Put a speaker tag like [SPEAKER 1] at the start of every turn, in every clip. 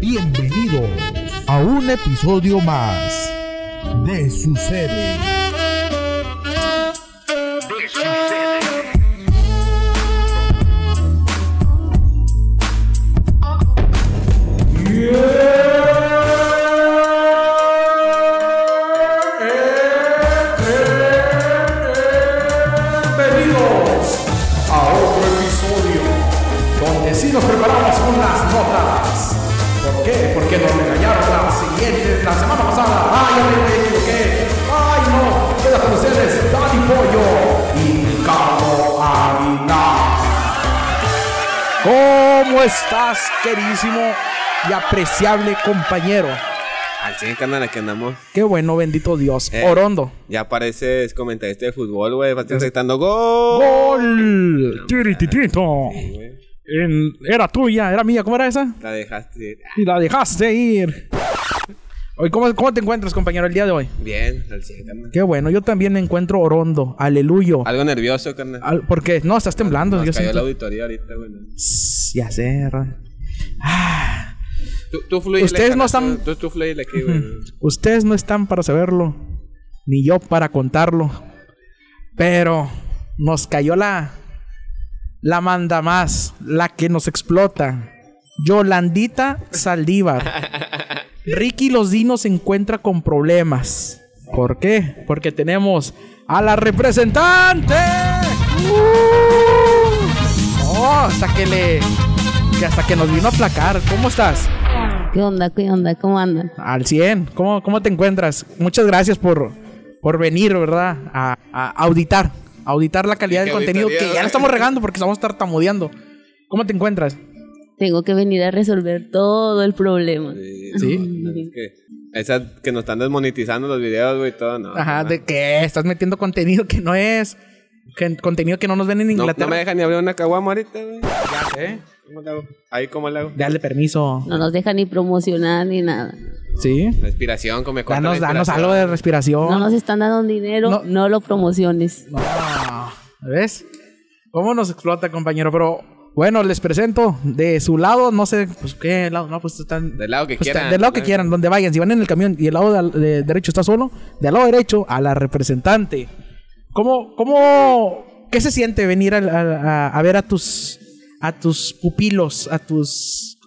[SPEAKER 1] Bienvenidos a un episodio más de su sede.
[SPEAKER 2] Bienvenidos a otro episodio donde sí nos preparamos con las notas. ¿Por qué? Porque nos regañaron la siguiente, la semana pasada. ¡Ay, ya me equivoqué! ¡Ay, no! Queda con ustedes Dani Pollo y Carlos Aguilar.
[SPEAKER 3] ¿Cómo estás, queridísimo y apreciable compañero?
[SPEAKER 4] Al 100 canal que andamos.
[SPEAKER 3] Qué bueno, bendito Dios.
[SPEAKER 4] Eh.
[SPEAKER 3] Orondo.
[SPEAKER 4] Ya pareces comentarista de fútbol, güey. Vas detectando gol.
[SPEAKER 3] ¡Gol! Tirititito.
[SPEAKER 4] Sí, güey.
[SPEAKER 3] En- Era tuya, era mía. ¿Cómo era esa?
[SPEAKER 4] La dejaste.
[SPEAKER 3] Y la dejaste ir. Hoy, ¿cómo, ¿Cómo te encuentras, compañero, el día de hoy?
[SPEAKER 4] Bien, al 100 carnal.
[SPEAKER 3] Qué bueno, yo también me encuentro orondo. Aleluyo.
[SPEAKER 4] Algo nervioso, carnal.
[SPEAKER 3] Al- porque, no, estás temblando.
[SPEAKER 4] Nos
[SPEAKER 3] yo
[SPEAKER 4] cayó la
[SPEAKER 3] siento-
[SPEAKER 4] auditoría ahorita, güey.
[SPEAKER 3] Sss, Ya sé, ra- Ah.
[SPEAKER 4] Tú, tú fluye.
[SPEAKER 3] Ustedes no están-
[SPEAKER 4] Tú, tú fluye aquí, güey.
[SPEAKER 3] Ustedes no están para saberlo, ni yo para contarlo. Pero nos cayó la la manda más, la que nos explota. Yolandita Saldívar. Ricky Los Dinos se encuentra con problemas. ¿Por qué? Porque tenemos a la representante. ¡Uh! Oh, hasta que le que hasta que nos vino a placar. ¿Cómo estás?
[SPEAKER 5] ¿Qué onda? ¿Qué onda? ¿Cómo andan?
[SPEAKER 3] Al 100. ¿Cómo, cómo te encuentras? Muchas gracias por, por venir, ¿verdad? A, a auditar. a auditar la calidad
[SPEAKER 4] Sí,
[SPEAKER 3] del
[SPEAKER 4] que
[SPEAKER 3] contenido
[SPEAKER 4] auditaría.
[SPEAKER 3] que ya la estamos regando porque estamos tartamudeando. ¿Cómo te encuentras?
[SPEAKER 5] Tengo que venir a resolver todo el problema.
[SPEAKER 4] Sí.
[SPEAKER 3] Sí.
[SPEAKER 4] no, es que esas que nos están desmonetizando los videos, güey, y todo, no.
[SPEAKER 3] Ajá,
[SPEAKER 4] no.
[SPEAKER 3] ¿de qué? Estás metiendo contenido que no es. que- contenido que no nos ven en
[SPEAKER 4] No, no me
[SPEAKER 3] Inglaterra.
[SPEAKER 4] dejan ni abrir una caguama ahorita, güey.
[SPEAKER 3] Ya sé.
[SPEAKER 4] ¿Cómo le hago? Ahí, ¿cómo le hago?
[SPEAKER 3] Dale permiso.
[SPEAKER 5] No nos deja ni promocionar ni nada.
[SPEAKER 3] Sí.
[SPEAKER 4] Respiración, como me corta la
[SPEAKER 3] Danos, danos
[SPEAKER 4] inspiración.
[SPEAKER 3] algo de respiración.
[SPEAKER 5] No nos están dando dinero,
[SPEAKER 3] No.
[SPEAKER 5] no, lo promociones.
[SPEAKER 3] No, ¿Ves? ¿Cómo nos explota, compañero? Pero bueno, les presento de su lado, no sé, pues qué lado, no, pues están.
[SPEAKER 4] Del lado que
[SPEAKER 3] pues,
[SPEAKER 4] quieran.
[SPEAKER 3] Del lado que quieran, donde vayan. Si van en el camión y el lado del- de- derecho está solo, del lado derecho a la representante. ¿Cómo, cómo, qué se siente venir al- al- a, a ver a tus, a tus pupilos, a tus.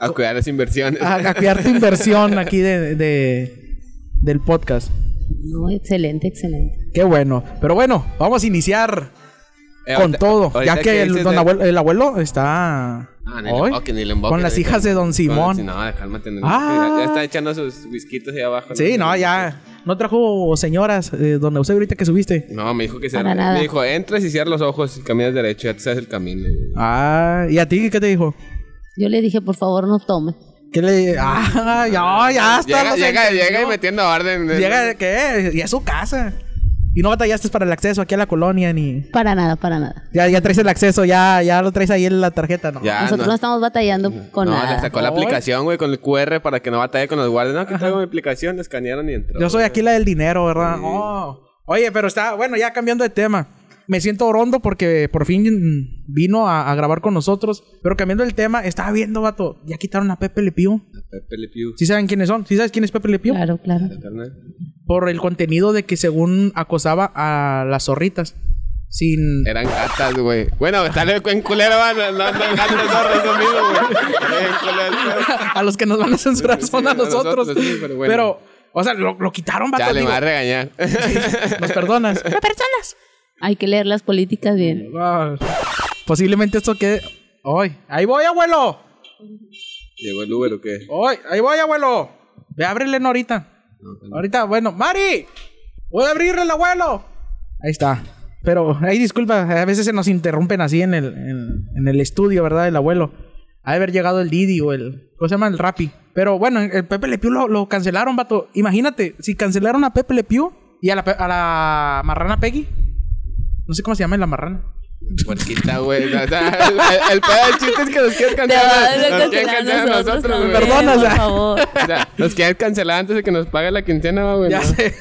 [SPEAKER 4] A cuidar las inversiones.
[SPEAKER 3] a, a cuidar tu inversión aquí de, de- del podcast?
[SPEAKER 5] No, excelente, excelente.
[SPEAKER 3] Qué bueno. Pero bueno, vamos a iniciar.
[SPEAKER 4] Eh,
[SPEAKER 3] con
[SPEAKER 4] ahorita-
[SPEAKER 3] todo.
[SPEAKER 4] ahorita
[SPEAKER 3] Ya que el,
[SPEAKER 4] dices
[SPEAKER 3] don
[SPEAKER 4] de-
[SPEAKER 3] abuelo, el abuelo está
[SPEAKER 4] Ah, ni le
[SPEAKER 3] hoy
[SPEAKER 4] emboque, ni le emboque,
[SPEAKER 3] con las
[SPEAKER 4] ni le
[SPEAKER 3] hijas de don
[SPEAKER 4] Con- sí,
[SPEAKER 3] Simón.
[SPEAKER 4] No, cálmate. no,
[SPEAKER 3] Ah.
[SPEAKER 4] Ya, ya está echando sus whiskitos ahí abajo.
[SPEAKER 3] Sí, no, ya. No trajo señoras, eh, don Eusebio, ahorita que subiste.
[SPEAKER 4] No, me dijo que se...
[SPEAKER 5] Para nada.
[SPEAKER 4] Me dijo, entras y cierras los ojos y caminas derecho. Ya te sabes el camino.
[SPEAKER 3] Ah, ¿y a ti qué te dijo?
[SPEAKER 5] Yo le dije, por favor, no tome.
[SPEAKER 3] ¿Qué le.? Ah, ya, ya está.
[SPEAKER 4] Llega,
[SPEAKER 3] lo
[SPEAKER 4] llega,
[SPEAKER 3] sentenció.
[SPEAKER 4] llega y metiendo orden.
[SPEAKER 3] Llega, ¿qué? Y a su casa. Y no batallaste para el acceso aquí a la colonia ni.
[SPEAKER 5] Para nada, para nada.
[SPEAKER 3] Ya, ya traes el acceso, ya, ya lo traes ahí en la tarjeta, ¿no?
[SPEAKER 4] Ya,
[SPEAKER 5] Nosotros no.
[SPEAKER 4] Ah, no.
[SPEAKER 5] estamos batallando con
[SPEAKER 4] no, le
[SPEAKER 5] nada.
[SPEAKER 4] sacó la
[SPEAKER 3] Ay.
[SPEAKER 4] aplicación, güey, con el QR para que no batalle con los guardias. No, que traigo mi aplicación, le escanearon y entró.
[SPEAKER 3] Yo soy aquí la del dinero, ¿verdad?
[SPEAKER 4] Sí.
[SPEAKER 3] Oh. Oye, pero está, bueno, ya cambiando de tema. Me siento orondo porque por fin mm, vino a, a grabar con nosotros. Pero cambiando el tema, estaba viendo, vato, ya quitaron a Pepe Le Pew.
[SPEAKER 4] Pepe Le Pew,
[SPEAKER 3] ¿Sí saben quiénes son? ¿Sí sabes quién es Pepe Le Pew?
[SPEAKER 5] Claro, claro.
[SPEAKER 4] carnal.
[SPEAKER 3] Por el contenido de que según acosaba a las zorritas. Sin...
[SPEAKER 4] Eran gatas, güey. Bueno, estar en culero, van. No, no, no, gatas, zorras, eso mismo, güey. En culero.
[SPEAKER 3] a los que nos van a censurar son a
[SPEAKER 4] a nosotros,
[SPEAKER 3] nosotros.
[SPEAKER 4] sí,
[SPEAKER 3] pero,
[SPEAKER 4] pero bueno.
[SPEAKER 3] o sea, lo, lo quitaron, vato.
[SPEAKER 4] Ya le
[SPEAKER 3] digo,
[SPEAKER 4] va a regañar.
[SPEAKER 3] Nos perdonas.
[SPEAKER 5] Hay que leer las políticas bien.
[SPEAKER 3] Ah, Posiblemente esto quede... ¡Ay! ¡Ahí voy, abuelo!
[SPEAKER 4] ¿Llegó el Uber o qué?
[SPEAKER 3] ¡Ay! ¡Ahí voy, abuelo! Ve, ábrele no ahorita. Ahorita, bueno, ¡Mari! ¡Voy a abrirle el abuelo! Ahí está. Pero, ahí disculpa, a veces se nos interrumpen así en el, en, en el estudio, ¿verdad? El abuelo. Ha de haber llegado el Didi o el. ¿Cómo se llama? El Rappi. Pero bueno, el Pepe Le Pew lo, lo cancelaron, vato. Imagínate, si cancelaron a Pepe Le Pew y a la, pe- a la marrana Peggy. No sé cómo se llama la marrana.
[SPEAKER 4] Puerquita, güey. O sea, el, el- el pedo del chiste es que nos quieren
[SPEAKER 5] Te
[SPEAKER 4] cancelar. Nos
[SPEAKER 5] va a
[SPEAKER 4] quieren
[SPEAKER 5] cancelar a
[SPEAKER 4] cancelar a
[SPEAKER 5] nosotros,
[SPEAKER 4] nosotros, güey.
[SPEAKER 5] también,
[SPEAKER 3] Perdona, o
[SPEAKER 5] por
[SPEAKER 3] sea.
[SPEAKER 5] favor.
[SPEAKER 4] O sea, nos quieren cancelar antes de que nos pague la quincena, güey.
[SPEAKER 3] Ya
[SPEAKER 4] ¿no?
[SPEAKER 3] sé.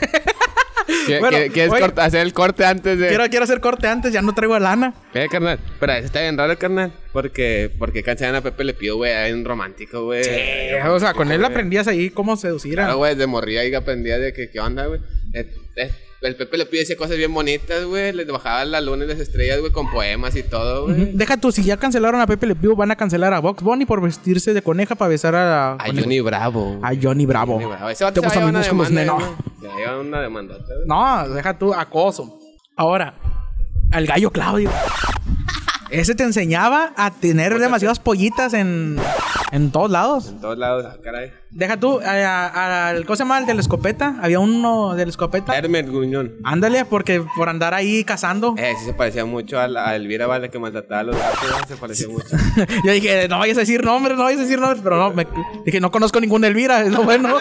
[SPEAKER 4] ¿Qué-
[SPEAKER 3] Bueno,
[SPEAKER 4] qué- ¿Quieres
[SPEAKER 3] oye.
[SPEAKER 4] corta- hacer el corte antes de.?
[SPEAKER 3] Quiero, quiero hacer corte antes, ya no traigo a lana.
[SPEAKER 4] Mira, carnal. Pero eso está bien raro, carnal. Porque, porque Cancela a Pepe le pido, güey, a un romántico, güey.
[SPEAKER 3] Eh, o sea, con él aprendías ahí cómo seducir a.
[SPEAKER 4] Claro, güey, de morría y aprendía de que, qué onda, güey. Eh, eh, el Pepe le pide decía cosas bien bonitas, güey. Les bajaba la luna y las estrellas, güey, con poemas y todo, güey.
[SPEAKER 3] Ujú. Pues, Deja tú, si ya cancelaron a Pepe Le Pew, van a cancelar a Box Bunny por vestirse de coneja para besar a.
[SPEAKER 4] A Johnny Bravo.
[SPEAKER 3] a Johnny Bravo.
[SPEAKER 4] Ese vato
[SPEAKER 3] Te
[SPEAKER 4] se va a
[SPEAKER 3] gustan
[SPEAKER 4] llevar
[SPEAKER 3] mis
[SPEAKER 4] una
[SPEAKER 3] músculos,
[SPEAKER 4] demanda,
[SPEAKER 3] neno.
[SPEAKER 4] güey. Se va a llevar una demandota, güey.
[SPEAKER 3] No, deja tú, acoso. Ahora, al gallo Claudio. Ese te enseñaba a
[SPEAKER 4] Pues,
[SPEAKER 3] tener demasiadas pollitas en, en todos lados.
[SPEAKER 4] En todos lados, ah, caray.
[SPEAKER 3] Deja tú, a- a- al cosa mal de la escopeta. Había uno de la escopeta.
[SPEAKER 4] Hermes Guñón.
[SPEAKER 3] Ándale, porque por andar ahí cazando.
[SPEAKER 4] Eh, sí se parecía mucho a, la, a Elvira Vale que maltrataba a los gatos, güey, se parecía mucho.
[SPEAKER 3] Yo dije, no vayas a decir nombres, no vayas a decir nombres, pero no, me- dije, no conozco ningún Elvira, es lo bueno.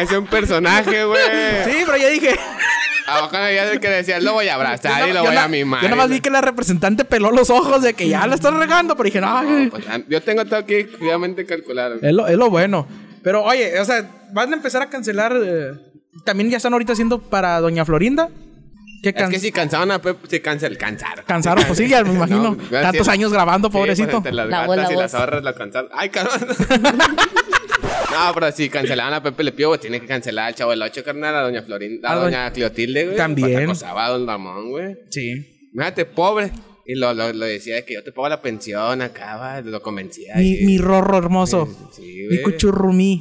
[SPEAKER 4] es un personaje, güey.
[SPEAKER 3] Sí, pero yo dije.
[SPEAKER 4] Abajo había el que decía, lo voy a abrazar y
[SPEAKER 3] yo
[SPEAKER 4] lo
[SPEAKER 3] no-
[SPEAKER 4] voy
[SPEAKER 3] yo
[SPEAKER 4] a
[SPEAKER 3] no-
[SPEAKER 4] mimar.
[SPEAKER 3] Yo nada más vi que la representante peló los ojos de que ya la están regando, pero dije, no,
[SPEAKER 4] No, pues, ah, yo tengo todo aquí cuidadamente calculado. güey.
[SPEAKER 3] es, lo, es lo bueno. Pero oye, o sea, van a empezar a cancelar. eh, también ya están ahorita haciendo para Doña Florinda. Que
[SPEAKER 4] Es
[SPEAKER 3] can-
[SPEAKER 4] que si cansaban a Pepe, se cancel, cansaron.
[SPEAKER 3] cansaron, pues sí, ya me imagino.
[SPEAKER 4] No, gracias.
[SPEAKER 3] Tantos años grabando,
[SPEAKER 4] Sí, pues,
[SPEAKER 3] pobrecito.
[SPEAKER 4] entre las
[SPEAKER 5] La
[SPEAKER 4] gatas
[SPEAKER 5] bola
[SPEAKER 4] y
[SPEAKER 5] voz.
[SPEAKER 4] las zorras la cancelaron. ¡Ay, cabrón! no, pero si cancelaban a Pepe Le Pío, güey, tiene que cancelar al Chavo del Ocho, carnal, a Doña Florinda, a
[SPEAKER 3] A doña-
[SPEAKER 4] Doña Cleotilde, güey.
[SPEAKER 3] Ah, También.
[SPEAKER 4] porque Acosaba a Don Ramón, güey.
[SPEAKER 3] Sí.
[SPEAKER 4] Fíjate, pobre. Y lo, lo, lo decía de que yo te pago la pensión, acaba, lo convencía.
[SPEAKER 3] Mi,
[SPEAKER 4] y-
[SPEAKER 3] mi rorro hermoso.
[SPEAKER 4] Sí,
[SPEAKER 3] mi
[SPEAKER 4] güey.
[SPEAKER 3] cuchurrumí.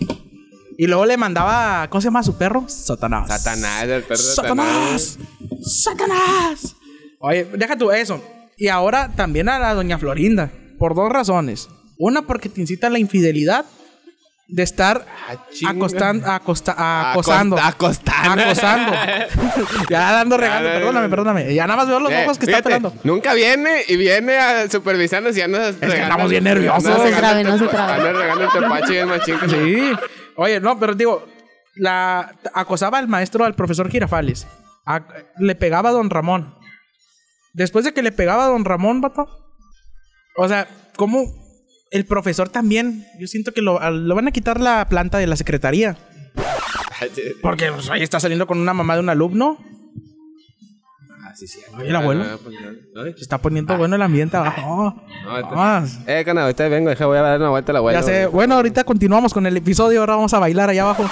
[SPEAKER 3] Y luego le mandaba, ¿cómo se llama su perro? Satanás.
[SPEAKER 4] Satanás, el perro de Satanás.
[SPEAKER 3] Satanás. Satanás. Oye, deja tú eso. Y ahora también a la doña Florinda. Por dos razones. Una, porque te incita a la infidelidad de estar
[SPEAKER 4] Ah, chinga.
[SPEAKER 3] acostan, acosta-
[SPEAKER 4] Acost-
[SPEAKER 3] acosando.
[SPEAKER 4] Acostando.
[SPEAKER 3] acosando. ya dando regalo.
[SPEAKER 4] Ya, ya, ya.
[SPEAKER 3] Perdóname, perdóname. Ya nada más veo los
[SPEAKER 4] Eh,
[SPEAKER 3] ojos que
[SPEAKER 4] fíjate,
[SPEAKER 3] está pegando.
[SPEAKER 4] Nunca viene y viene a supervisarnos y ya nos Es
[SPEAKER 3] andamos bien nerviosos.
[SPEAKER 5] No se trabe, no se trabe.
[SPEAKER 4] regando el tepache y el machín. que se-
[SPEAKER 3] Sí. Oye, no, pero digo, la acosaba al maestro, al profesor Girafales. A- le pegaba a don Ramón. Después de que le pegaba a don Ramón, vato. O sea, ¿cómo el profesor también? Yo siento que lo, al- lo van a quitar la planta de la secretaría. Porque pues, ahí está saliendo con una mamá de un alumno.
[SPEAKER 4] Ah, sí, sí.
[SPEAKER 3] Oye, el abuelo.
[SPEAKER 4] Ah, pues, no, no.
[SPEAKER 3] Se está poniendo bueno el ambiente Ah, abajo.
[SPEAKER 4] No, ahorita-
[SPEAKER 3] Vamos.
[SPEAKER 4] Eh, canal, ahorita vengo, deja, voy a dar una vuelta a la abuela.
[SPEAKER 3] Ya sé. Bueno, ahorita continuamos con el episodio. Ahora vamos a bailar allá abajo.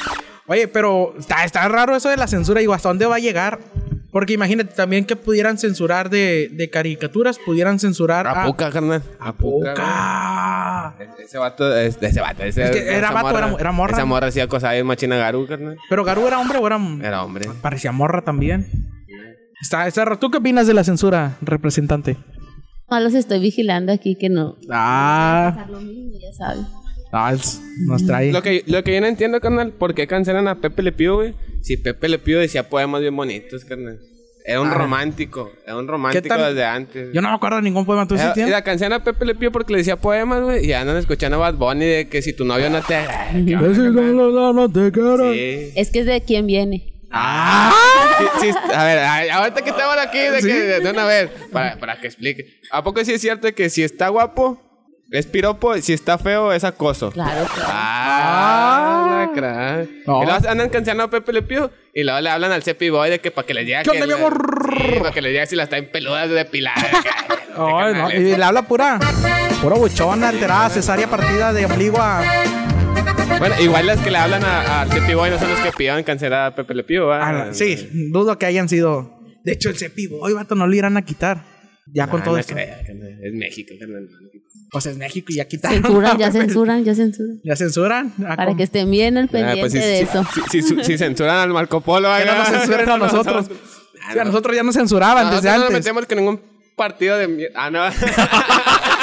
[SPEAKER 3] Oye, pero está, está raro eso de la censura. Digo, ¿hasta dónde va a llegar? Porque imagínate también que pudieran censurar de, de caricaturas, pudieran censurar a.
[SPEAKER 4] Apuca, carnal.
[SPEAKER 3] Puca.
[SPEAKER 4] güey. E-, Ese vato, es- ese vato, ese
[SPEAKER 3] Es que
[SPEAKER 4] esa
[SPEAKER 3] era vato, era- era morra.
[SPEAKER 4] Esa morra sí acosaba bien machina Garú, carnal.
[SPEAKER 3] Pero Garú era hombre o era. m-
[SPEAKER 4] Era hombre.
[SPEAKER 3] Parecía morra también. Está, está raro. ¿Tú qué opinas de la censura, representante?
[SPEAKER 5] No los estoy vigilando aquí que no.
[SPEAKER 3] Ah,
[SPEAKER 5] Lo mismo, ya sabes.
[SPEAKER 3] Alz, nos trae.
[SPEAKER 4] Lo que, lo que yo no entiendo, carnal, ¿por qué cancelan a Pepe Le Pew, güey? Si Pepe Le Pew decía poemas bien bonitos, carnal. Era un
[SPEAKER 3] Ah.
[SPEAKER 4] romántico, era un
[SPEAKER 3] ¿Qué
[SPEAKER 4] romántico
[SPEAKER 3] tal?
[SPEAKER 4] desde antes.
[SPEAKER 3] Yo no me acuerdo de ningún poema. ¿Tú Pues sí
[SPEAKER 4] Era- Y
[SPEAKER 3] tienes?
[SPEAKER 4] la canción a Pepe Le Pew porque le decía poemas, güey. Y andan escuchando a Bad Bunny de que si tu novio no te... Ay, qué onda, carnal. Sí. Ah,
[SPEAKER 5] Es que es de quién viene.
[SPEAKER 4] Sí, sí, a ver, ay, ahorita que estamos aquí, de, que, de una vez, para, para que explique. ¿A poco sí es cierto que si está guapo, es piropo? y Si está feo, es acoso.
[SPEAKER 5] Claro, claro.
[SPEAKER 4] Ah, lacra.
[SPEAKER 3] No.
[SPEAKER 4] Y luego andan cancelando a Pepe Le Pew y luego le hablan al Cepi Boy de que para que le llegue.
[SPEAKER 3] ¿Qué onda,
[SPEAKER 4] que
[SPEAKER 3] mi
[SPEAKER 4] la-
[SPEAKER 3] amor?
[SPEAKER 4] Sí, para que le llegue si la está en peludas de pilar.
[SPEAKER 3] Ay, no, y le habla pura, pura buchona, alterada, cesárea partida de ombligo a.
[SPEAKER 4] Bueno, igual las que le hablan a- al Cepi Boy no son los que pidieron cancelar a Pepe Le Pew, ¿va? Ah,
[SPEAKER 3] a la- Ah, sí, dudo que hayan sido. De hecho, el cepivo, hoy vato, no lo irán a quitar. Ya
[SPEAKER 4] No,
[SPEAKER 3] con todo
[SPEAKER 4] no
[SPEAKER 3] esto.
[SPEAKER 4] creo, que no. es México. que no, no.
[SPEAKER 3] Pues es México y ya quitaron.
[SPEAKER 5] Censuran, ya
[SPEAKER 3] la-
[SPEAKER 5] censuran, ya censuran.
[SPEAKER 3] Ya censuran. Ah,
[SPEAKER 5] Para
[SPEAKER 3] con-
[SPEAKER 5] que estén bien al
[SPEAKER 4] Ah,
[SPEAKER 5] pendiente
[SPEAKER 4] pues, si,
[SPEAKER 5] de
[SPEAKER 4] si-
[SPEAKER 5] eso.
[SPEAKER 4] si- si su- si censuran al Marco Polo,
[SPEAKER 3] que no nos censuren a nosotros. Sí, a nosotros ya nos censuraban
[SPEAKER 4] Nosotros
[SPEAKER 3] desde
[SPEAKER 4] Ah, no nos
[SPEAKER 3] antes.
[SPEAKER 4] metemos que ningún partido de mierda. Ah, no.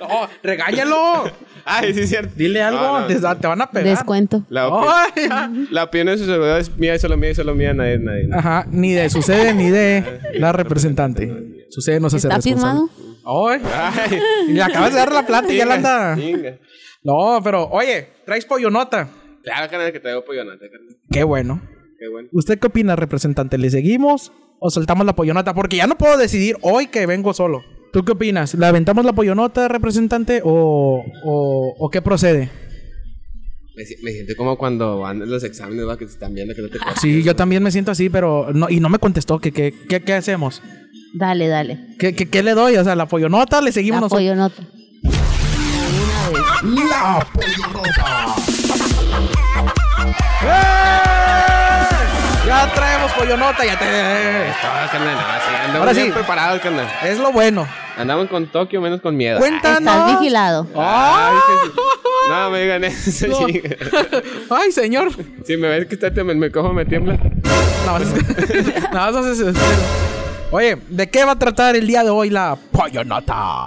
[SPEAKER 3] No, regáñalo.
[SPEAKER 4] Ay, sí, es cierto.
[SPEAKER 3] Dile algo, Oh.
[SPEAKER 4] No, no.
[SPEAKER 3] te, te van a pegar.
[SPEAKER 5] Descuento.
[SPEAKER 4] La, opi-
[SPEAKER 3] Ay, ya.
[SPEAKER 4] la opinión de su servidor es mía, es solo mía, es solo mía, nadie, nadie.
[SPEAKER 3] Ajá, ni de sucede ni de la representante. Sucede no se hace
[SPEAKER 5] ¿Está
[SPEAKER 3] responsable.
[SPEAKER 5] firmado?
[SPEAKER 3] Ay,
[SPEAKER 4] Ay,
[SPEAKER 3] y le acabas de dar la plata y ya la anda.
[SPEAKER 4] chinga.
[SPEAKER 3] No, pero oye, traes pollonota.
[SPEAKER 4] Claro, carnal, que traigo pollonata, carnal.
[SPEAKER 3] Qué bueno.
[SPEAKER 4] Qué bueno.
[SPEAKER 3] ¿Usted qué opina, representante? ¿Le seguimos o soltamos la pollonota? Porque ya no puedo decidir hoy que vengo solo. ¿Tú qué opinas? ¿La aventamos la pollonota, representante, o, o, o qué procede?
[SPEAKER 4] Me, si- me siento como cuando van los exámenes, va, que te están viendo que no te copias.
[SPEAKER 3] Sí, yo también me siento así, pero no, y no me contestó que qué qué- qué hacemos.
[SPEAKER 5] Dale, dale.
[SPEAKER 3] ¿Qué, qué, qué le doy? O sea, la apoyonota, le seguimos nosotros.
[SPEAKER 5] Apoyo nota.
[SPEAKER 1] La Pollorota.
[SPEAKER 3] ¡Eh! Ya traemos pollonota, ya te.
[SPEAKER 4] Todo, carnal, no, sí, andamos
[SPEAKER 3] Ahora
[SPEAKER 4] bien
[SPEAKER 3] sí.
[SPEAKER 4] preparados, carnal.
[SPEAKER 3] Es lo bueno.
[SPEAKER 4] Andamos con Tokio menos con miedo.
[SPEAKER 5] Estás
[SPEAKER 3] Cuéntanos.
[SPEAKER 5] vigilado.
[SPEAKER 4] Eh. Ay,
[SPEAKER 3] ¡Ah!
[SPEAKER 4] sí, sí. No, me digan eso.
[SPEAKER 3] No.
[SPEAKER 4] sí.
[SPEAKER 3] Ay, señor.
[SPEAKER 4] Si me ves que está, te- me, me cojo, me tiembla.
[SPEAKER 3] Nada más. Nada más haces- Oye, ¿de qué va a tratar el día de hoy la pollonota?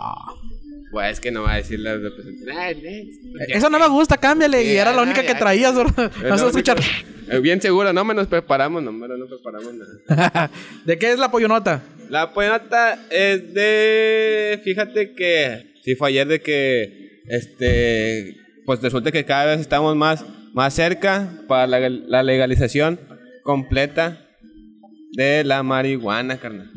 [SPEAKER 4] Pues es que no va a decir las representantes. Ay, next.
[SPEAKER 3] Eso no me gusta, cámbiale. Y
[SPEAKER 4] Ya,
[SPEAKER 3] era la
[SPEAKER 4] ya,
[SPEAKER 3] única que
[SPEAKER 4] ya.
[SPEAKER 3] traías. ¿verdad?
[SPEAKER 4] Es
[SPEAKER 3] Vas a
[SPEAKER 4] lo
[SPEAKER 3] escuchar.
[SPEAKER 4] único. Eh, Bien seguro, no me nos preparamos, no, hombre, no preparamos nada.
[SPEAKER 3] ¿De qué es la pollonota?
[SPEAKER 4] La poeta es de. Fíjate que. Sí, fue ayer de que. Este. Pues resulta que cada vez estamos más, más cerca para la, la legalización completa de la marihuana, carnal.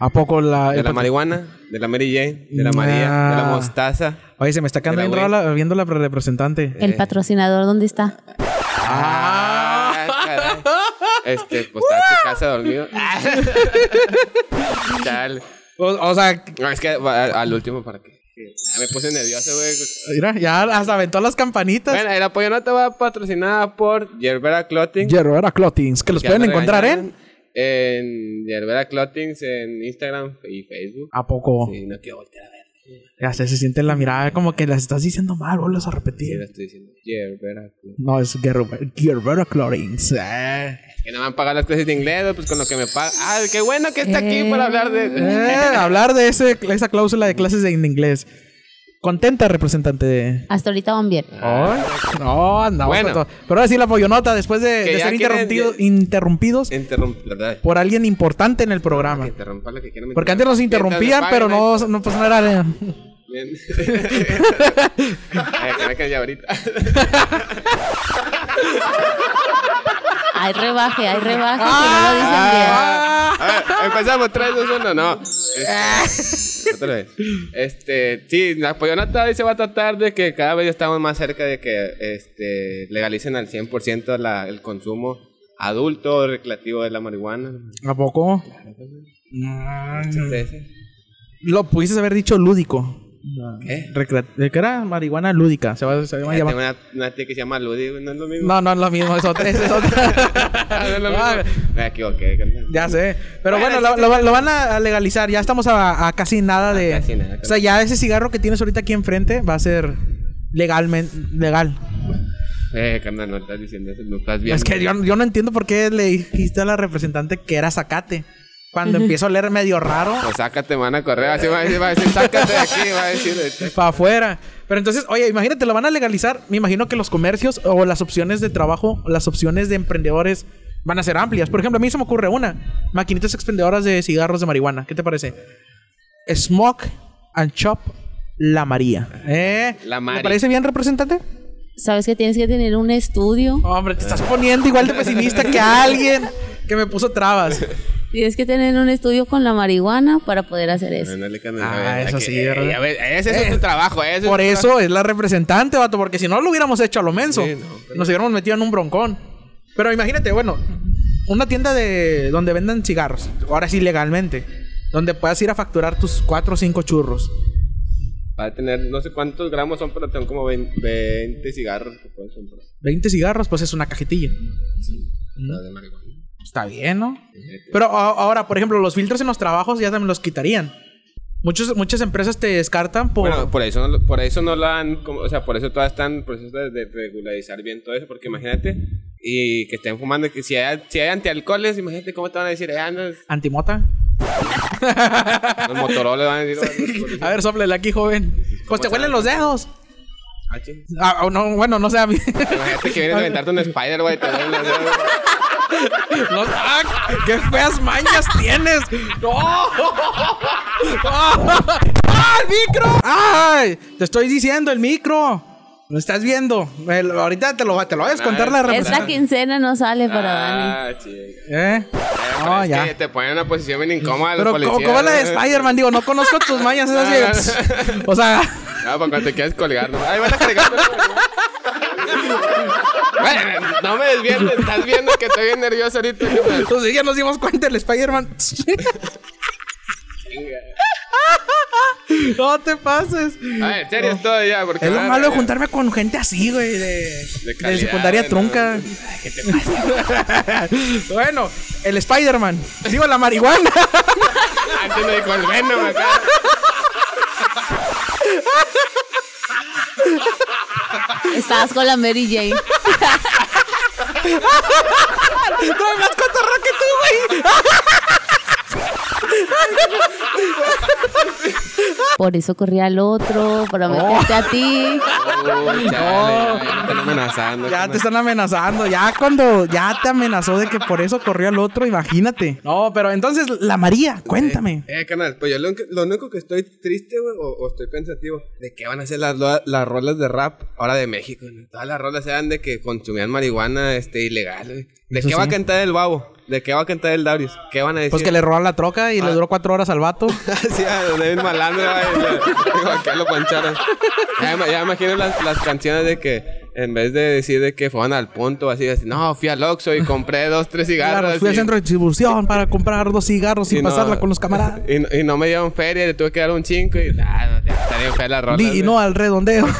[SPEAKER 3] ¿A poco la.?
[SPEAKER 4] De la marihuana, de la Mary Jane, de la María, de la
[SPEAKER 3] pues, Ah.
[SPEAKER 4] mostaza.
[SPEAKER 3] Oye, se me está quedando
[SPEAKER 4] De la
[SPEAKER 3] bien
[SPEAKER 4] güey.
[SPEAKER 3] rara la- viendo la representante.
[SPEAKER 5] El patrocinador, ¿dónde está?
[SPEAKER 4] Ah, caray. Este, pues está en tu casa dormido. Chale.
[SPEAKER 3] O, o sea,
[SPEAKER 4] No, es que a- al último, ¿para qué? Me puse nervioso, güey.
[SPEAKER 3] mira, ya hasta aventó las campanitas.
[SPEAKER 4] Bueno, el apoyo no te va patrocinada por Yerbera Clothing.
[SPEAKER 3] Yerbera Clothings, que los pueden encontrar en.
[SPEAKER 4] en en Yerbera Clothing en Instagram y Facebook.
[SPEAKER 3] ¿A poco?
[SPEAKER 4] Sí, no quiero voltear a ver.
[SPEAKER 3] Ya sé, se siente la mirada como que las estás diciendo mal, vuelves a
[SPEAKER 4] Sí, lo
[SPEAKER 3] repetir.
[SPEAKER 4] estoy diciendo. Yerbera Clothing.
[SPEAKER 3] No, es Gerber- Gerbera Clorings. Eh,
[SPEAKER 4] Es que no me han pagado las clases de inglés, pues con lo que me pagan. Ah, qué bueno que está aquí para hablar de.
[SPEAKER 3] eh, hablar de ese, esa cláusula de clases en inglés. Contenta, representante de.
[SPEAKER 5] Hasta ahorita van bien.
[SPEAKER 4] Ah.
[SPEAKER 3] No, andamos
[SPEAKER 4] Bueno.
[SPEAKER 3] con todo. Pero ahora sí la pollonota, después de,
[SPEAKER 4] Que
[SPEAKER 3] de
[SPEAKER 4] ya
[SPEAKER 3] ser
[SPEAKER 4] quieren-
[SPEAKER 3] interrumpido- interrumpidos
[SPEAKER 4] Interrumpa, ¿verdad?
[SPEAKER 3] por alguien importante en el programa.
[SPEAKER 4] Que interrumpa lo que quieran.
[SPEAKER 3] Porque antes nos interrumpían, pero no, no, pues no era.
[SPEAKER 4] Bien. Ay, que me calles ahorita.
[SPEAKER 5] Hay rebaje, hay rebaje.
[SPEAKER 4] Ah, a ver, empezamos 3, 2, 1, no. Este, otra vez. Este, sí, la pollonata hoy se va a tratar de que cada vez estamos más cerca de que este, legalicen al 100% la- el consumo adulto o recreativo de la marihuana.
[SPEAKER 3] ¿A poco?
[SPEAKER 4] Entonces,
[SPEAKER 3] Mm. Lo pudiste haber dicho lúdico.
[SPEAKER 4] ¿Qué?
[SPEAKER 3] Recrea- eh, ¿Qué era? Marihuana lúdica. Se va, se va a
[SPEAKER 4] Tengo
[SPEAKER 3] llamar.
[SPEAKER 4] una, una tía que se llama Ludi, no es lo mismo.
[SPEAKER 3] No, no es lo mismo, es otra. es otra.
[SPEAKER 4] Ah, no es lo mismo.
[SPEAKER 3] Ah,
[SPEAKER 4] Me equivoqué. carnal.
[SPEAKER 3] ya sé. Pero
[SPEAKER 4] Bueno,
[SPEAKER 3] bueno, lo, lo- lo van a legalizar. Ya estamos a, a casi nada de.
[SPEAKER 4] casi nada,
[SPEAKER 3] O sea, ya ese cigarro que tienes ahorita aquí enfrente va a ser legalmente legal.
[SPEAKER 4] Eh, carnal, no estás diciendo eso, no estás viendo.
[SPEAKER 3] Es que yo, yo no entiendo por qué le dijiste a la representante que era zacate. Cuando empiezo a leer medio raro.
[SPEAKER 4] Pues sácate, me van a correr. Así va a decir, va a decir, sácate de aquí, va a decir. este.
[SPEAKER 3] Para afuera. Pero entonces, oye, imagínate, lo van a legalizar. Me imagino que los comercios o las opciones de trabajo, las opciones de emprendedores van a ser amplias. Por ejemplo, a mí se me ocurre una. Maquinitas expendedoras de cigarros de marihuana. ¿Qué te parece? Smoke and Chop La María. ¿Eh?
[SPEAKER 4] La
[SPEAKER 3] ¿Te
[SPEAKER 4] Mari.
[SPEAKER 3] parece bien, representante?
[SPEAKER 5] Sabes que tienes que tener un estudio.
[SPEAKER 4] Ah.
[SPEAKER 3] Hombre, te estás poniendo igual de pesimista que alguien Ah. que me puso trabas.
[SPEAKER 5] Tienes que tener un estudio con la marihuana para poder hacer eso.
[SPEAKER 4] Ándale, carnal,
[SPEAKER 3] Ah,
[SPEAKER 4] a ver,
[SPEAKER 3] eso
[SPEAKER 4] aquí,
[SPEAKER 3] sí,
[SPEAKER 4] eh,
[SPEAKER 3] ¿verdad?
[SPEAKER 4] ya ves, ese es tu trabajo, ese es
[SPEAKER 3] Por
[SPEAKER 4] tu
[SPEAKER 3] eso es la representante, vato, porque si no lo hubiéramos hecho a lo menso.
[SPEAKER 4] Sí, no, pero-
[SPEAKER 3] Nos hubiéramos metido en un broncón. Pero imagínate, bueno, una tienda de donde vendan cigarros, ahora sí legalmente, donde puedas ir a facturar tus 4 o 5 churros.
[SPEAKER 4] Va a tener no sé cuántos gramos son, pero son como 20, 20 cigarros que puedes comprar.
[SPEAKER 3] 20 cigarros, pues es una cajetilla.
[SPEAKER 4] Los de marihuana.
[SPEAKER 3] Está bien, ¿no? Pero a- ahora, por ejemplo, los filtros en los trabajos ya también los quitarían. Muchos, muchas empresas te descartan por...
[SPEAKER 4] Bueno, por eso, no lo- por eso no lo han, como- o sea, por eso todas están en proceso de, de regularizar bien todo eso, porque
[SPEAKER 3] Mm.
[SPEAKER 4] imagínate, y que estén fumando, que si hay, si hay antialcoholes, imagínate cómo te van a decir, ah, no, los
[SPEAKER 3] Antimota.
[SPEAKER 4] Motorola van a decir, "Oh, "Bueno,
[SPEAKER 3] A ver, soplele aquí, joven. Pues te
[SPEAKER 4] ¿Cómo
[SPEAKER 3] huelen
[SPEAKER 4] saben?
[SPEAKER 3] los dedos.
[SPEAKER 4] ah, ching".
[SPEAKER 3] Ah, o no, bueno, no sé a mí.
[SPEAKER 4] Imagínate que vienes a aventarte un spider, güey, te duelen los dedos, güey.
[SPEAKER 3] No, ah, ¡Qué feas mañas tienes! ¡No! ¡Ah, el micro! ¡Ay! Te estoy diciendo, el micro. Lo estás viendo. El- ahorita te lo, te lo voy a descontar la
[SPEAKER 5] Esta
[SPEAKER 3] representante.
[SPEAKER 5] quincena no sale para Dani.
[SPEAKER 4] Ah, ching.
[SPEAKER 3] ¿Eh? No,
[SPEAKER 4] Es
[SPEAKER 3] ya.
[SPEAKER 4] que te ponen en una posición bien incómoda los
[SPEAKER 3] Pero co-
[SPEAKER 4] policías. eh?
[SPEAKER 3] como la de
[SPEAKER 4] güey.
[SPEAKER 3] Spider-Man, digo, no conozco tus mañas. Es así. O sea,
[SPEAKER 4] Ah, para cuando te quieras colgar. ¿no? Ahí van a colgar. ¿no? Bueno, no me desviertes. Estás viendo que estoy bien nervioso ahorita. ¿no?
[SPEAKER 3] Entonces ya nos dimos cuenta el Spider-Man. no te pases.
[SPEAKER 4] A ver, en serio estoy ya. Porque
[SPEAKER 3] Es lo
[SPEAKER 4] van a
[SPEAKER 3] malo de
[SPEAKER 4] reír.
[SPEAKER 3] juntarme con gente así, güey, de, de
[SPEAKER 4] calidad,
[SPEAKER 3] secundaria
[SPEAKER 4] ¿no?
[SPEAKER 3] trunca. bueno, el Spider-Man. Digo, la marihuana.
[SPEAKER 4] Antes me dijo el Venom acá.
[SPEAKER 5] Estabas con la Mary Jane.
[SPEAKER 3] Trae más cotorra que tú, güey.
[SPEAKER 5] Por eso corrí al otro, para meterte a ti.
[SPEAKER 4] Oh. Uy, chale, ya me están amenazando.
[SPEAKER 3] Oh, Ya
[SPEAKER 4] ¿no?
[SPEAKER 3] te están amenazando. Ya cuando ya te amenazó de que por eso corrió al otro, imagínate. No, pero entonces, la María, cuéntame.
[SPEAKER 4] Eh, canal, pues yo lo, que- lo único que estoy triste, güey, o, o estoy pensativo, de que van a hacer las, lo- las rolas de rap ahora de México. güey. Todas las rolas eran de que consumían marihuana este, ilegal, güey. ¿De
[SPEAKER 3] Eso
[SPEAKER 4] qué va a
[SPEAKER 3] sí.
[SPEAKER 4] cantar el babo? ¿De qué va a cantar el Darius? ¿Qué van a decir?
[SPEAKER 3] Pues que le robaron la troca y le duró cuatro horas al vato.
[SPEAKER 4] Sí, a donde el malandro, güey. le- digo, acá lo pancharon. Ya, ima- ya imagino las, las canciones de que en vez de decir de que fueron al punto, así, así, no, fui al Oxxo y compré dos, tres cigarros.
[SPEAKER 3] Claro, fui al
[SPEAKER 4] y-
[SPEAKER 3] centro de distribución para comprar dos cigarros y,
[SPEAKER 4] y no-
[SPEAKER 3] pasarla con los camaradas.
[SPEAKER 4] Y, no- y no me dieron feria, le tuve que dar un cinco y nada, está bien fea la rola.
[SPEAKER 3] Di- y
[SPEAKER 4] güey.
[SPEAKER 3] no al redondeo.